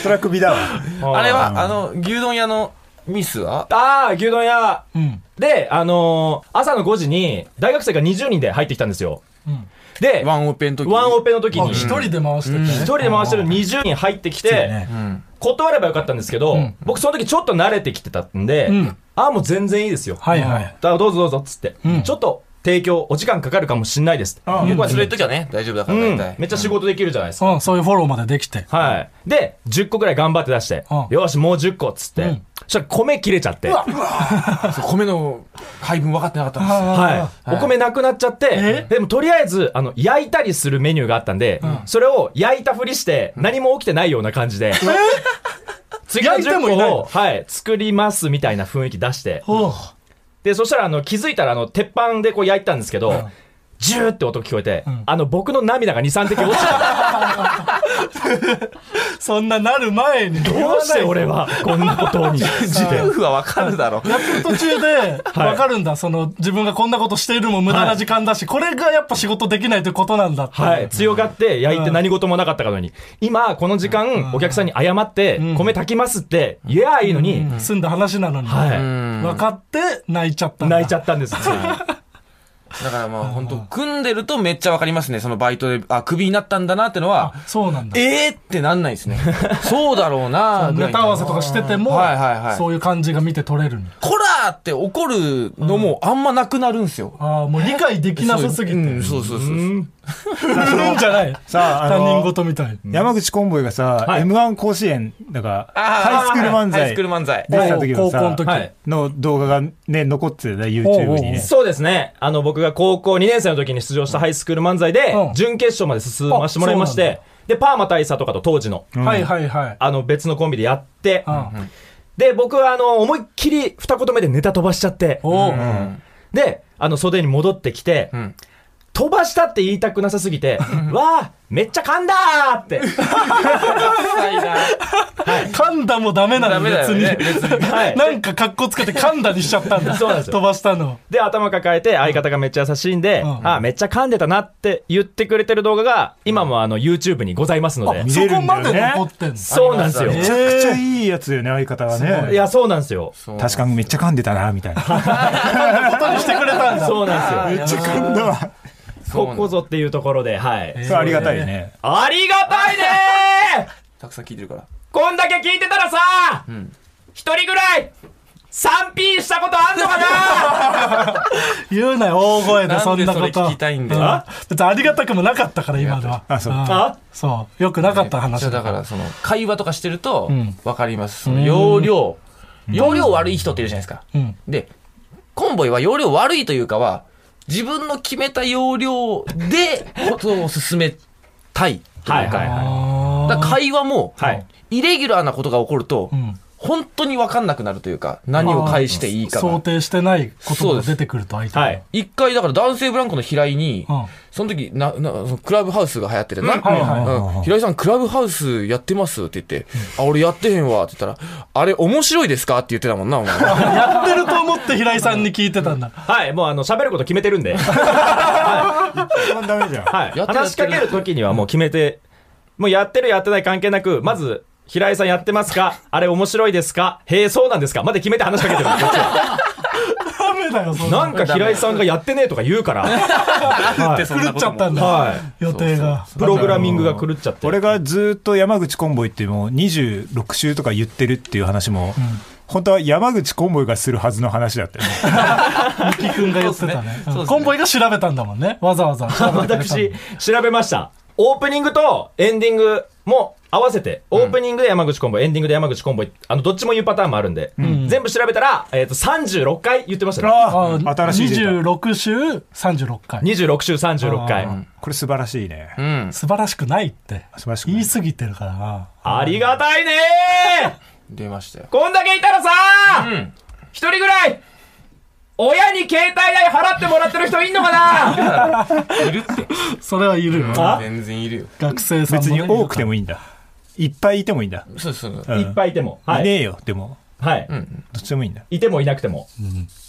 Speaker 2: トラックビだわ
Speaker 5: あ
Speaker 4: あれは、あの、牛丼屋のミスは
Speaker 5: ああ、牛丼屋。
Speaker 3: うん。
Speaker 5: で、あのー朝の5時に、大学生が20人で入ってきたんですよ。
Speaker 3: うん
Speaker 5: で、
Speaker 4: ワ
Speaker 5: ワン
Speaker 4: ンオペの時に。
Speaker 5: オペの時
Speaker 3: あ
Speaker 5: に、
Speaker 3: 一
Speaker 5: 一
Speaker 3: 人で回しててね。一
Speaker 5: 人で回してる20人入ってきて、
Speaker 4: う
Speaker 3: ね。
Speaker 4: ん。
Speaker 5: 断ればよかったんですけど、
Speaker 3: ん
Speaker 5: 僕その時ちょっと慣れてきてたんで、
Speaker 3: ん
Speaker 5: ああ、もう全然いいですよ。
Speaker 3: はいはい。
Speaker 5: だからどうぞどうぞっつって、
Speaker 3: ん
Speaker 5: ちょっと提供お時間かかるかもしんないです。
Speaker 2: あ
Speaker 5: 僕は
Speaker 4: そ
Speaker 5: そ
Speaker 4: れ
Speaker 5: れ、
Speaker 4: 時はね、大丈夫だか
Speaker 5: う
Speaker 4: ら
Speaker 5: ん
Speaker 4: 大体。
Speaker 5: めっちゃ仕事できるじゃないですか。
Speaker 3: うん、そういうフォローまでできて。
Speaker 5: はい。で、10個ぐらい頑張って出して、
Speaker 3: うん
Speaker 5: よし、もう10個っつって、
Speaker 3: うん
Speaker 5: そしたら米切れちゃって、は
Speaker 4: そう米の配分分かってなかったんですよ。
Speaker 5: い。お米なくなっちゃって、でもとりあえず、あの、焼いたりするメニューがあったんで、それを焼いたふりして、何も起きてないような感じで、次の
Speaker 3: 焼いて
Speaker 5: 10
Speaker 3: もいない
Speaker 5: 個を、はい、作りますみたいな雰囲気出して、
Speaker 3: おう
Speaker 5: で、そしたら、あの、気づいたら、あの、鉄板でこう焼いたんですけど、ジューって音聞こえて、あの、僕の涙が2、3滴落ちた。
Speaker 3: そんななる前に。
Speaker 5: どうして俺は、こんなこと に。
Speaker 4: 夫婦は分か るだろう。
Speaker 3: 途中で、わかるんだ。その、自分がこんなことしているも無駄な時間だし、これがやっぱ仕事できないということなんだって。
Speaker 5: はい、強がって焼いて何事もなかったかのように、今、この時間、お客さんに謝って、米炊きますって言えばいいのに、
Speaker 3: 済んだ話なのに。
Speaker 5: は
Speaker 3: 分かって、泣いちゃった
Speaker 5: い、
Speaker 3: んだ。
Speaker 5: 泣いちゃったんです。
Speaker 4: だからまあ本当組んでるとめっちゃ分かりますね。そのバイトで、あ、クビになったんだなってのは、
Speaker 3: そうなんだ。
Speaker 4: えーってなんないです ね。そうだろうなぐら
Speaker 3: ネ
Speaker 4: い
Speaker 3: タ合わせとかしてても、
Speaker 4: はいはいはい
Speaker 3: そういう感じが見て取れるの
Speaker 4: こらーって怒るのもあんまなくなるんですよ。
Speaker 3: ああ、もう理解できなさすぎて。
Speaker 4: う、
Speaker 3: うん
Speaker 4: そうそうそうそう。
Speaker 3: るんじゃない。
Speaker 2: さああ
Speaker 3: 他
Speaker 2: の
Speaker 3: 人事みたい。
Speaker 2: 山口コンボイがさ、
Speaker 5: はい
Speaker 2: M1 甲子園だからハイスクール漫
Speaker 4: ハイス
Speaker 2: 才
Speaker 4: クール漫才。
Speaker 2: 出した時のさ
Speaker 3: 高校の時
Speaker 5: はい。
Speaker 2: の動画がね残ってたよね YouTube にね
Speaker 5: そうですね。あの、僕が高校2年生の時に出場したハイスクール漫才で
Speaker 3: う、ん
Speaker 5: 準決勝まで進ましてもらいまし
Speaker 3: あそうなん
Speaker 5: て、で、パーマ大佐とかと当時の、
Speaker 3: はいはいはい。
Speaker 5: あの、別のコンビでやって、
Speaker 3: うん
Speaker 5: で、僕はあの、思いっきり二言目でネタ飛ばしちゃって、
Speaker 3: おう
Speaker 5: で、あの、袖に戻ってきて、
Speaker 4: ん
Speaker 5: 飛ばしたって言いたくなさすぎて、わあ、めっちゃ噛んだー って。
Speaker 3: 噛んだもダメな
Speaker 4: ダ
Speaker 3: の、
Speaker 4: メだ
Speaker 3: 別
Speaker 4: よ
Speaker 3: に。
Speaker 4: ね。別に。
Speaker 5: はい。
Speaker 3: なんか格好つけて噛んだにしちゃった んだ。
Speaker 5: そうなんですよ
Speaker 3: 飛ばしたの。
Speaker 5: で、頭抱えて、相方がめっちゃ優しいんで、
Speaker 3: うん
Speaker 5: あ、めっちゃ噛んでたなって言ってくれてる動画が、今もあの、YouTube にございますので。
Speaker 2: 見
Speaker 3: そ
Speaker 2: れ
Speaker 3: こ
Speaker 2: るんだ
Speaker 3: ま
Speaker 2: よね
Speaker 3: で残ってんの。
Speaker 5: そうなんですよ。
Speaker 4: あり
Speaker 2: めちゃくちゃいいやつよね相方が
Speaker 5: い
Speaker 2: ね
Speaker 5: や、そうなんですよ。
Speaker 2: 確かにめっちゃ噛んでたなみたいな
Speaker 3: ことにしてくれたん だ。
Speaker 5: そうなんですよ。
Speaker 2: ちゃ噛んだわ
Speaker 5: ここぞっていうところで、はい。
Speaker 2: それありがたいよね
Speaker 5: ありがたいねー
Speaker 4: たくさん聞いてる から。
Speaker 5: こんだけ聞いてたらさ、一人ぐらい、3P したことあんの かな
Speaker 3: 言うなよ、大声でそんなこと。
Speaker 4: なんでそれ聞きたいんだよ
Speaker 3: う別にありがたくもなかったから、今のは。
Speaker 2: あそう
Speaker 5: あ
Speaker 3: そう。よくなかった
Speaker 4: じゃ
Speaker 3: 話
Speaker 4: あだから、その、会話とかしてると
Speaker 3: ん、
Speaker 4: わかります。その、容量。容量悪い人っているじゃないですか。
Speaker 3: うん。
Speaker 4: で、コンボイは容量悪いというかは、自分の決めた容量でことを進めたいと
Speaker 5: はいいう
Speaker 4: か。
Speaker 5: はいは
Speaker 3: あ
Speaker 4: だから会話も、
Speaker 5: はい
Speaker 4: イレギュラーなことが起こると、
Speaker 3: ん
Speaker 4: 本当に分かんなくなるというか、何を返していい
Speaker 3: あ
Speaker 4: か
Speaker 3: 想
Speaker 4: が。
Speaker 3: 定してないことが出てくると相手
Speaker 5: い。
Speaker 3: が
Speaker 5: はい。
Speaker 4: 一回、だから男性ブランコの平井に、
Speaker 3: うん
Speaker 4: その時ななそのクラブハウスが流行ってるな、
Speaker 3: はいはいは
Speaker 4: うん平井さん、クラブハウスやってますって言って、あ、俺やってへんわって言ったら、あれ面白いですかって言ってたもんな、お前。
Speaker 3: やってると思って平井さんに聞いてたんだ
Speaker 5: はい。もうあの、喋ること決めて るんで。
Speaker 2: 一番ダメじゃん
Speaker 5: はい。
Speaker 4: やってる
Speaker 5: 話しかけるときにはもう決めて、もうやってるやってない関係なく、まず、平井さんやってます かあれ面白いですかへえ、そうなんですかまで決めて話しかけてるんですこっちは
Speaker 3: ダメだよそん
Speaker 5: な
Speaker 3: なん
Speaker 5: か平井さんがやってねえとか 言うか
Speaker 4: っ
Speaker 5: ら。は
Speaker 4: て
Speaker 5: い。
Speaker 4: そんな
Speaker 3: 狂
Speaker 4: こ
Speaker 3: っちゃ
Speaker 4: と
Speaker 3: っ
Speaker 4: も
Speaker 3: たんだ
Speaker 5: はい。
Speaker 3: 予定が
Speaker 5: プログラミングが狂っちゃって。
Speaker 2: 俺がずーっと山口コンボイってもう26週とか言ってるっていう話も、本当は山口コンボイがするはずの話だったよね。
Speaker 3: 三木君が言ってたねうんコンボイが調べたん だもんねわざわざ調べてくれた
Speaker 5: 私、調べました。オープニングとエンディングも合わせて、オープニングで山口コンボ、エンディングで山口コンボ、あの、どっちも言うパターンもあるんで、全部調べたら、えっ、と、36回言ってましたね。
Speaker 2: ああ、新しいデータ。
Speaker 3: 26週36回。
Speaker 5: 26週36
Speaker 3: あ
Speaker 5: 回。
Speaker 2: これ素晴らしいね。
Speaker 4: うん。
Speaker 3: 素晴らしくないって。
Speaker 2: 素晴らしくない
Speaker 3: 言い過ぎてるからな。
Speaker 5: ありがたいねー
Speaker 4: 出ましたよ。
Speaker 5: こんだけいたらさ
Speaker 4: ん
Speaker 5: 一、人ぐらい、親に携帯代払ってもらってる人いんのかな
Speaker 4: いるって。
Speaker 3: それはいるよ。
Speaker 5: あ
Speaker 4: 全然いるよ。
Speaker 3: 学生さんも
Speaker 2: 別に
Speaker 3: ね、
Speaker 2: 多くてもいいんだ。いっぱいいてもいいんだ。
Speaker 4: そうそう。
Speaker 2: うん
Speaker 5: いっぱいいても。はい
Speaker 2: ね
Speaker 5: い。
Speaker 2: えよ、でも。
Speaker 5: はい。
Speaker 4: うん。
Speaker 2: どっちでもいいんだ。
Speaker 5: いてもいなくても。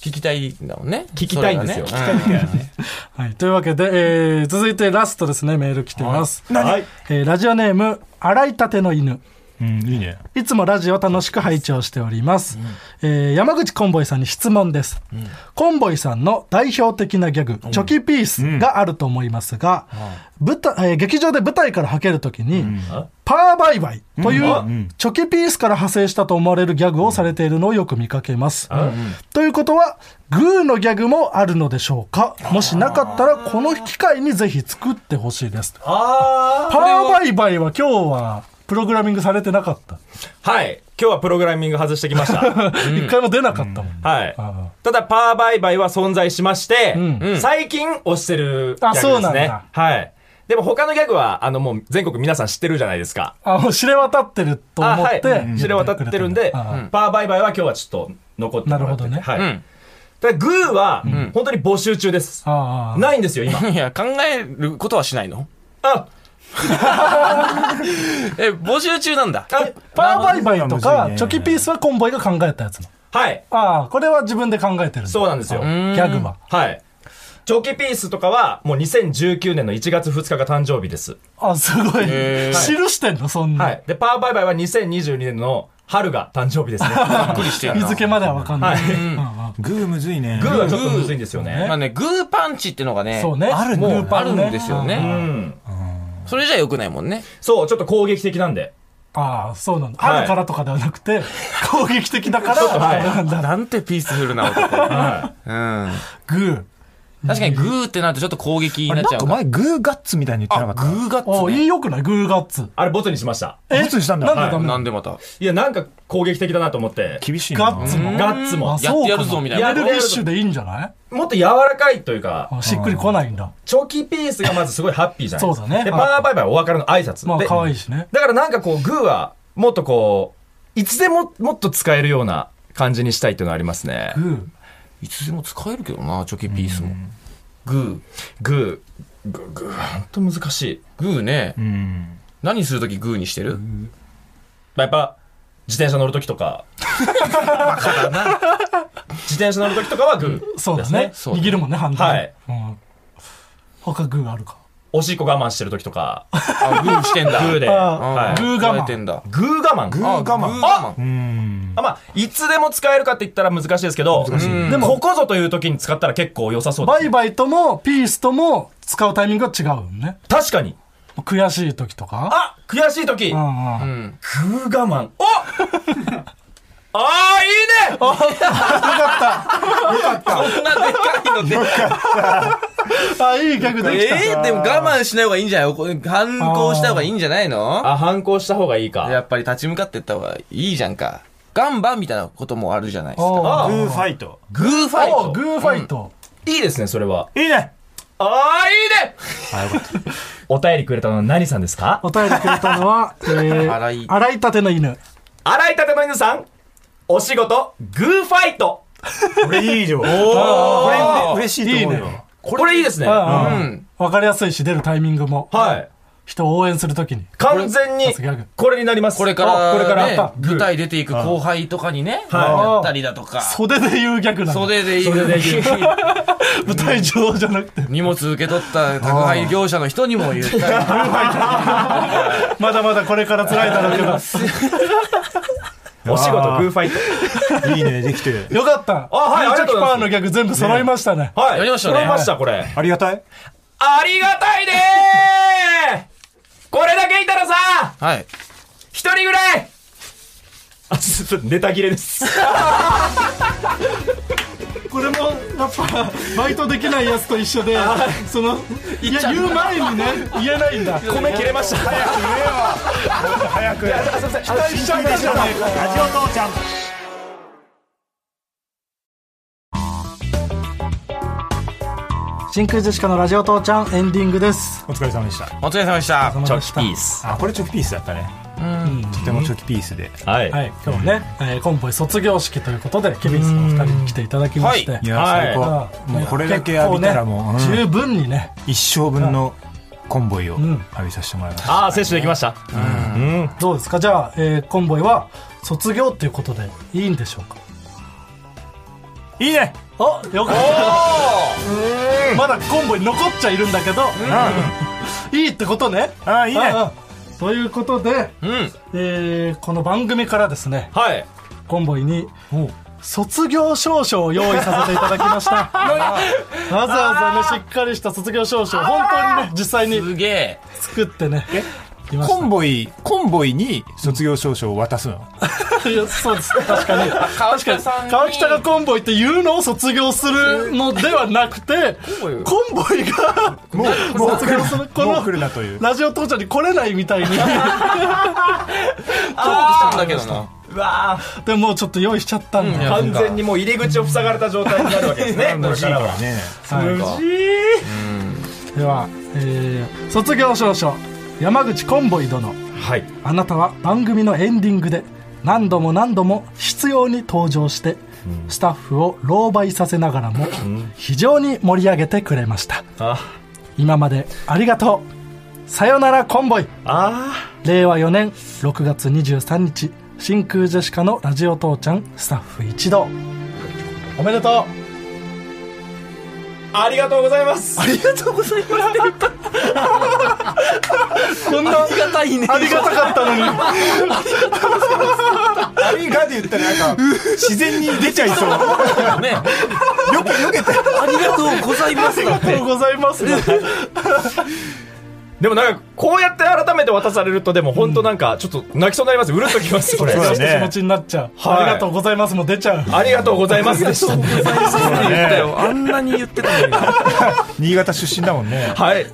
Speaker 4: 聞きたいんだもんね。
Speaker 5: 聞きたいんですよ
Speaker 4: それがね
Speaker 3: はい。というわけで、えー、続いてラストですね、メール来てます。
Speaker 5: はい。
Speaker 3: えー、ラジオネーム、洗いたての犬。
Speaker 2: うん、いいね。
Speaker 3: いつもラジオ楽しく拝聴しております。えー山口コンボイさんに質問です。コンボイさんの代表的なギャグ、チョキピースがあると思いますが、舞台えー劇場で舞台からはけるときに、パーバイバイという、チョキピースから派生したと思われるギャグをされているのをよく見かけます。ということは、グーのギャグもあるのでしょうかもしなかったら、この機会にぜひ作ってほしいです。
Speaker 5: あ
Speaker 3: パーバイバイは今日は、プログラミングされてなかった。
Speaker 5: ー。はい。今日はプログラミング外してきました。
Speaker 3: 一回も出なかったもん、
Speaker 5: はい
Speaker 3: あ。
Speaker 5: ただ、パーバイバイは存在しまして、最近推してるギャグ
Speaker 3: あ
Speaker 5: ですね。
Speaker 3: そうなんだ
Speaker 5: はい。でも他のギャグは、あの、もう全国皆さん知ってるじゃないですか。
Speaker 3: あもう知れ渡ってると思って、
Speaker 5: あはい、知れ渡ってるんで、
Speaker 3: あ
Speaker 5: パーバイバイは今日はちょっと残ってもらってて
Speaker 3: なるほ
Speaker 5: はい。
Speaker 4: うん
Speaker 5: ただグーは、本当に募集中です。
Speaker 3: あ
Speaker 5: ないんですよ、今。
Speaker 4: うん。いや、考えることはしないの
Speaker 5: あ、
Speaker 4: え、募集中なんだ。
Speaker 5: あ
Speaker 3: パーバイバイと
Speaker 2: あ
Speaker 3: か、
Speaker 2: むずいね
Speaker 3: チョキピースはコンボイが考えたやつの
Speaker 5: はい。
Speaker 3: ああこれは自分で考えてる
Speaker 5: そう
Speaker 3: う
Speaker 5: なんですよ。
Speaker 3: ギャグは
Speaker 5: はい。チョキピースとかは、もう2019年の1月2日が誕生日です。
Speaker 3: あすごい、
Speaker 4: へー
Speaker 3: 記してんのそんな、
Speaker 5: はい。で、パーバイバイは2022年の春が誕生日です ね。
Speaker 4: びっ
Speaker 5: は
Speaker 4: くりしてる
Speaker 3: 日
Speaker 4: な。
Speaker 3: 付までは分かんない、
Speaker 5: い。
Speaker 3: うんうん
Speaker 2: グーむずいね。
Speaker 5: グーはちょっとむずいんですよね。
Speaker 4: まあね、グーパンチってのがね、
Speaker 3: そうね
Speaker 2: ある
Speaker 4: も
Speaker 2: ね
Speaker 4: うあるんですよ
Speaker 5: う
Speaker 4: ね。
Speaker 5: ん。
Speaker 4: それじゃ良くないもんね。
Speaker 5: そう、ちょっと攻撃的なんで。
Speaker 3: ああそうなんだ、
Speaker 5: は
Speaker 3: あ
Speaker 5: い
Speaker 3: るからとかではなくて攻撃的だから
Speaker 5: ちょっとはい
Speaker 3: なんだ
Speaker 4: なんてピースフルな男。
Speaker 5: は
Speaker 4: うん。
Speaker 3: グー
Speaker 4: 確かにグーってなるとちょっと攻撃に
Speaker 2: あれ
Speaker 4: なっ
Speaker 2: な
Speaker 4: ちゃ
Speaker 2: んか
Speaker 4: うな。
Speaker 2: 前グーガッツみたいに言って
Speaker 4: あ、
Speaker 2: な
Speaker 4: グ
Speaker 2: かった。
Speaker 4: ーガッ
Speaker 3: お
Speaker 4: ツ、
Speaker 3: い
Speaker 4: ね。
Speaker 3: いよくないグーガッツ
Speaker 5: あれ、ボツにしました。
Speaker 2: えいつにしたんだ。
Speaker 3: なんでダメな
Speaker 4: な
Speaker 3: の
Speaker 4: んでまた。
Speaker 5: いや、なんか攻撃的だなと思って。
Speaker 2: 厳しいな。
Speaker 3: ガッツも
Speaker 5: ガッツも
Speaker 3: あ。そうか
Speaker 4: やってやるぞみたいな
Speaker 3: やるディッシュでいいんじゃない
Speaker 5: もっと柔らかいというか、
Speaker 3: あしっくりこないんだ
Speaker 5: チョキピースがまずすごいハッピーじゃないですか。
Speaker 3: そうだね
Speaker 5: で、パワーバイバイはお別れの挨拶。
Speaker 3: まあ
Speaker 5: で
Speaker 3: 可愛いしね
Speaker 5: だからなんかこう、グーは、もっとこう、いつでももっと使えるような感じにしたいっていうのはありますね
Speaker 3: グ。ー
Speaker 4: いつでも使えるけどな、チョキピースも。グ
Speaker 5: グー、グー、グー、ほんと難しい。
Speaker 4: ー。グーね
Speaker 2: う。ん。
Speaker 4: 何するときグーにしてる
Speaker 5: まあ、やっぱ、自転車乗るときと か、自転車乗るときとかはグー。
Speaker 3: そうだね
Speaker 4: そうだね
Speaker 3: 握るもんねハンドル
Speaker 5: はい
Speaker 3: うん、他グーあるか
Speaker 5: おしっこ我慢してるときとか、
Speaker 4: あ、グーしてん
Speaker 5: グ
Speaker 4: だ。
Speaker 5: ーで。
Speaker 3: あ
Speaker 5: はい
Speaker 3: グー我慢
Speaker 4: 加えてんだ。
Speaker 5: グー我慢。
Speaker 4: あ
Speaker 2: 我慢
Speaker 4: グー我
Speaker 2: う
Speaker 4: 慢。
Speaker 2: ん。
Speaker 5: あまあ、いつでも使えるかって言ったら難しいですけど、
Speaker 4: い
Speaker 5: でも、ここぞという時に使ったら結構良さそうです
Speaker 3: バイバイともピースとも使うタイミングが違うよね。
Speaker 5: 確かに。
Speaker 3: 悔しい時とか。
Speaker 5: あ悔しい時、
Speaker 3: う
Speaker 5: グ
Speaker 3: んうん。
Speaker 5: ー我慢。 おあー、いいね
Speaker 4: こんなでかいので。
Speaker 3: あ、いいギャグできた。
Speaker 4: えー、でも我慢しない方がいいんじゃないおこ反抗した方がいいんじゃないの
Speaker 5: あ、反抗した方がいい
Speaker 4: や
Speaker 5: か。
Speaker 4: っぱり立ち向かってった方がいいじゃんか。ガンバンみたいなこともあるじゃないですか。
Speaker 3: お
Speaker 5: あ
Speaker 2: グーファイト。
Speaker 4: グーファイ
Speaker 3: お
Speaker 4: ト。
Speaker 3: グーファイト。
Speaker 5: いいですね、それは。
Speaker 2: いいね
Speaker 5: あー、いいねお便りくれたのは何さんですか
Speaker 3: お便りくれたの は、えー
Speaker 4: 洗い
Speaker 3: 洗いたての犬。
Speaker 5: 洗いたての犬さん、お仕事、グーファイト。
Speaker 2: これいい よ。こ
Speaker 4: お
Speaker 2: れ
Speaker 4: ー
Speaker 2: 嬉しいと思う
Speaker 3: いい
Speaker 2: よ。
Speaker 5: これいいですね。は
Speaker 3: わ、
Speaker 4: うん。
Speaker 3: かりやすいし、出るタイミングも。
Speaker 5: い。
Speaker 3: 人を応援するときに。
Speaker 5: 完全に
Speaker 3: さすがギャグ、
Speaker 5: これになります。
Speaker 4: これか
Speaker 5: あ
Speaker 4: ら、
Speaker 5: これから、
Speaker 4: ね舞台出ていく後輩とかにね、
Speaker 5: は
Speaker 4: やったりだとか、
Speaker 3: 袖で言うギャグなの。
Speaker 4: 袖で言う
Speaker 5: 袖で言う
Speaker 3: 舞台上じゃなくて。
Speaker 4: 荷物受け取った宅配業者の人にも言ったり、
Speaker 3: まだまだこれから辛いだろうけど。
Speaker 5: お仕事、グーファイ ト。
Speaker 2: いいね、できてる。
Speaker 3: よかった。
Speaker 5: あはいありがとうございます
Speaker 3: パーのギャグ全部揃いましたね。
Speaker 5: はい。
Speaker 4: やりましたね
Speaker 5: 揃いました、これ。
Speaker 2: ありがたい。
Speaker 5: ありがたいねーこれだけいたらさ、
Speaker 4: はい。
Speaker 5: 一人ぐらいあ、ちょっとネタ切れです。
Speaker 3: これも、やっぱバイトできないやつと一緒でそのいや言う前にね言えないんだ
Speaker 5: 米切れました。
Speaker 2: 早く
Speaker 5: あすいません。期待しちゃいまし
Speaker 2: ジ
Speaker 5: た。
Speaker 2: オ父ちゃん
Speaker 3: 真空ジェシカのラジオ父ちゃんエンディングです
Speaker 2: お疲れ様でした
Speaker 4: お疲れ様でした。
Speaker 3: お疲れ様でした
Speaker 5: ス。
Speaker 2: あこれチョキピースだったねとてもチョキピースで
Speaker 5: はい。
Speaker 3: はい今日ね、えー、コンボイ卒業式ということでケビンスのお二人に来ていただきまして、
Speaker 4: うんはい
Speaker 2: や
Speaker 5: はい
Speaker 2: 最
Speaker 3: あ
Speaker 2: 高
Speaker 3: ー
Speaker 2: もうこれだけ浴びたらもう
Speaker 3: 結構ね
Speaker 2: うん
Speaker 3: 十分にね
Speaker 2: 一生分のコンボイを
Speaker 3: ん
Speaker 2: 浴びさせてもらいました
Speaker 5: ああ、接種できました。うん。
Speaker 3: どうですかじゃあ、えーコンボイは卒業ということでいいんでしょうか
Speaker 2: いいね
Speaker 3: あよかったまだコンボに残っちゃいるんだけど、 いいってことね
Speaker 2: ああいいね
Speaker 3: ああということで、
Speaker 4: うん。
Speaker 3: えーこの番組からですね
Speaker 5: はい。
Speaker 3: コンボイに卒業証書を用意させていただきましたわざわざねしっかりした卒業証書を本当にね実際に
Speaker 4: すげえ。
Speaker 3: 作ってねきまし
Speaker 2: コンボイコンボイに卒業証書を渡すの
Speaker 3: たいやそうです確かに
Speaker 4: 川北さんに。
Speaker 3: 川北がコンボイっていうのを卒業するのではなくてコンボイが
Speaker 2: もうもう
Speaker 3: 卒
Speaker 2: 来る
Speaker 3: 業するこ
Speaker 2: もう来
Speaker 3: の
Speaker 2: るなという
Speaker 3: ラジオ父ちゃんに来れないみたいに
Speaker 4: あーだけどな。
Speaker 5: うわ
Speaker 3: でももうちょっと用意しちゃったんで、
Speaker 4: うんいや
Speaker 5: あ完全にもう入り口を塞がれた状態になるわけですね。これからは。
Speaker 2: ね
Speaker 3: 無事では、えー卒業証書山口コンボイ殿
Speaker 5: はい。
Speaker 3: あなたは番組のエンディングで何度も何度も必要に登場して、スタッフを狼狽させながらも、非常に盛り上げてくれました
Speaker 5: あ
Speaker 3: 今までありがとうさよならコンボイ
Speaker 5: あ
Speaker 3: 令和4年6月23日真空ジェシカのラジオ父ちゃんスタッフ一同おめでとう
Speaker 5: ー。ありがとうございます。
Speaker 3: ありがとうございます。こんなありがたいね。ありがたかったのに。
Speaker 2: ありがで言ったらなんか自然に出ちゃいそうよ
Speaker 4: ね。
Speaker 2: けよけて
Speaker 4: ありがとうございますだっ
Speaker 3: ありが
Speaker 4: て。
Speaker 3: とうございます。
Speaker 5: でもなんか、こうやって改めて渡されると、でも本当なんか、ちょっと泣きそうになります。うるっときます、これ。
Speaker 2: そうだ
Speaker 3: 気
Speaker 2: ね
Speaker 3: 持ちになっちゃう。
Speaker 5: はい
Speaker 3: ありがとうございますもう出ちゃう。
Speaker 5: ありがとうございますでした。
Speaker 4: あんなに言ってたのに。
Speaker 2: 新潟出身だもんね
Speaker 5: はい。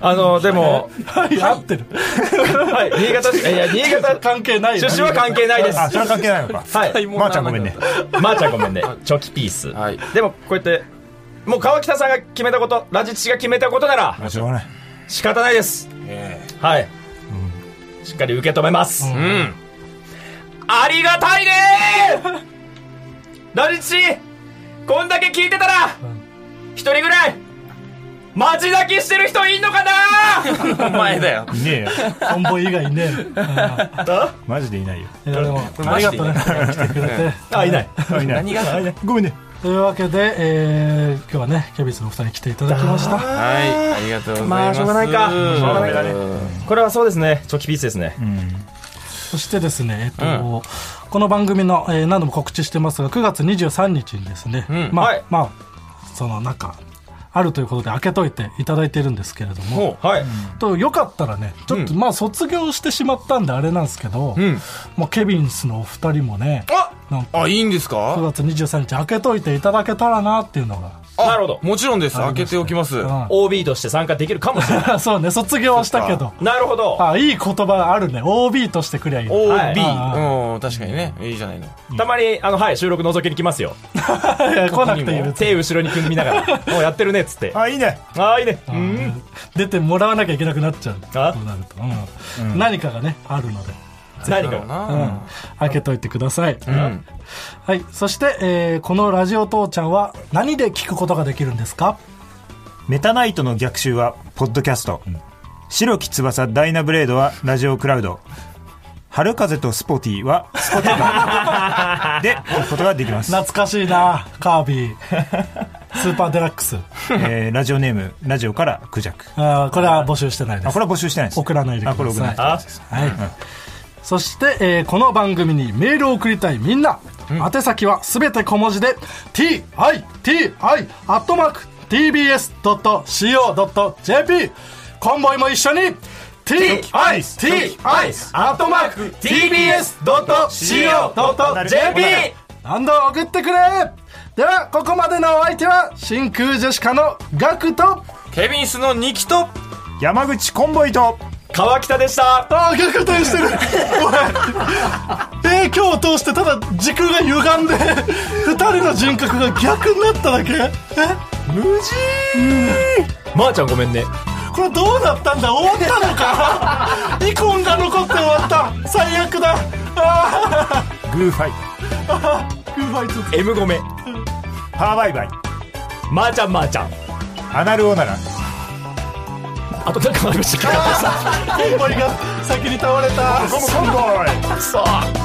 Speaker 5: あの、でも、
Speaker 3: はい、合ってる。
Speaker 5: はい、新潟市、いや、新潟
Speaker 3: 関係ないよ
Speaker 5: 出身は関係ないです。
Speaker 2: あそれは関係ないのか
Speaker 5: はい。
Speaker 2: まー、ちゃんごめんね
Speaker 5: まーちゃんごめんね。チョキピース。
Speaker 4: はい
Speaker 5: でも、こうやって、もう川北さんが決めたこと、ラジチが決めたことなら、
Speaker 2: あしょうがない
Speaker 5: 仕方ないです。
Speaker 4: ええ
Speaker 5: はい。しっかり受け止めます。
Speaker 4: うん。
Speaker 5: ありがたいねーラジチこんだけ聞いてたら、一人ぐらい、町泣きしてる人いんのかな
Speaker 4: お前だよ。
Speaker 2: いねえよ
Speaker 3: コンボイ以外いね
Speaker 2: マジでいないよ
Speaker 3: え。いやでも
Speaker 4: これ
Speaker 3: あ
Speaker 4: マ
Speaker 3: り
Speaker 4: ジ
Speaker 3: が
Speaker 4: で
Speaker 3: とうね。来てくれて。
Speaker 5: あ、いない。
Speaker 2: あいない
Speaker 4: 何がは
Speaker 2: ごめんね
Speaker 3: というわけで、えー今日はねケビスのお二人に来ていただきました。
Speaker 4: い。ありがとうございます。
Speaker 5: まあしょうがないかしょうがないかね
Speaker 4: うん
Speaker 5: これはそうですね、チョキピースですね。
Speaker 3: そしてですねえっと。この番組の、えー何度も告知してますが9月23日にですね、
Speaker 4: ん
Speaker 3: まあ、
Speaker 5: はい
Speaker 3: まあそのなんかあるということで開けといていただいてるんですけれども、
Speaker 4: ほ
Speaker 5: はい。
Speaker 3: とよかったらねちょっと、まあ卒業してしまったんであれなんですけど、
Speaker 4: ん
Speaker 3: まあ、ケビンスのお二人もね
Speaker 4: あ
Speaker 3: なんか
Speaker 4: あ、いいんです
Speaker 3: 9
Speaker 4: か
Speaker 3: 月23日開けといていただけたらなっていうのが、
Speaker 4: あ
Speaker 5: なるほど
Speaker 4: もちろんです。開けておきます。
Speaker 3: う
Speaker 5: OB として参加できるかもしれない。
Speaker 3: んそうね卒業はしたけど
Speaker 5: なるほど。
Speaker 3: あいい言葉あるね OB としてくりゃいいね
Speaker 4: OB。
Speaker 5: はい
Speaker 4: うん、確かにね。いいじゃないの。
Speaker 5: たまに、あの、はい、収録覗きに来ますよ。
Speaker 3: いや来なくていい別に
Speaker 5: 手後ろに組みながら、もうやってるね、っつって。
Speaker 2: あいいね
Speaker 5: ああ、いいね。うん。
Speaker 3: 出てもらわなきゃいけなくなっちゃう
Speaker 5: あ
Speaker 3: そうなると、うん何かがねあるので、
Speaker 5: 何
Speaker 4: だろう
Speaker 5: か。
Speaker 4: な。
Speaker 3: 開けといてください、
Speaker 4: うん。
Speaker 3: はい、そして、えーこの「ラジオ父ちゃん」は何で聞くことができるんですか
Speaker 2: メタナイトの逆襲はポッドキャスト、白き翼ダイナブレードはラジオクラウド春風とスポティはスポティファイで聞くことができます、
Speaker 3: 懐かしいなカービ ィスーパーデラックス
Speaker 2: えーラジオネームラジオからクジャク
Speaker 3: あーこれは募集してないで
Speaker 2: あ
Speaker 3: す
Speaker 2: これは募集してないです
Speaker 3: 送らないでください
Speaker 2: あこれ送らない
Speaker 5: あ
Speaker 3: はいそして、えーこの番組にメールを送りたいみんな、宛先はすべて小文字で TITI.tbs.co.jp コンボイも一緒に TITI.tbs.co.jp 何度送ってくれではここまでのお相手は真空ジェシカのガクと
Speaker 4: ケビンスのニキと
Speaker 2: 山口コンボイと
Speaker 5: 川北でした
Speaker 3: ああガク転してるおいえー、今日通してただ時空が歪んで二人の人格が逆になっただけえ無事
Speaker 5: まー、ちゃんごめんね
Speaker 3: これどうなったんだ終わったのかイコンが残って終わった最悪だあ
Speaker 2: グーファイ
Speaker 3: ーグーファイト
Speaker 5: M ごめ
Speaker 2: パーバイバイ
Speaker 5: まー、ちゃんまー、ちゃん
Speaker 2: アナルオナラ
Speaker 5: あとなんかありましたっけ
Speaker 3: コンボイが先に倒れた
Speaker 2: コンボイ
Speaker 5: くそー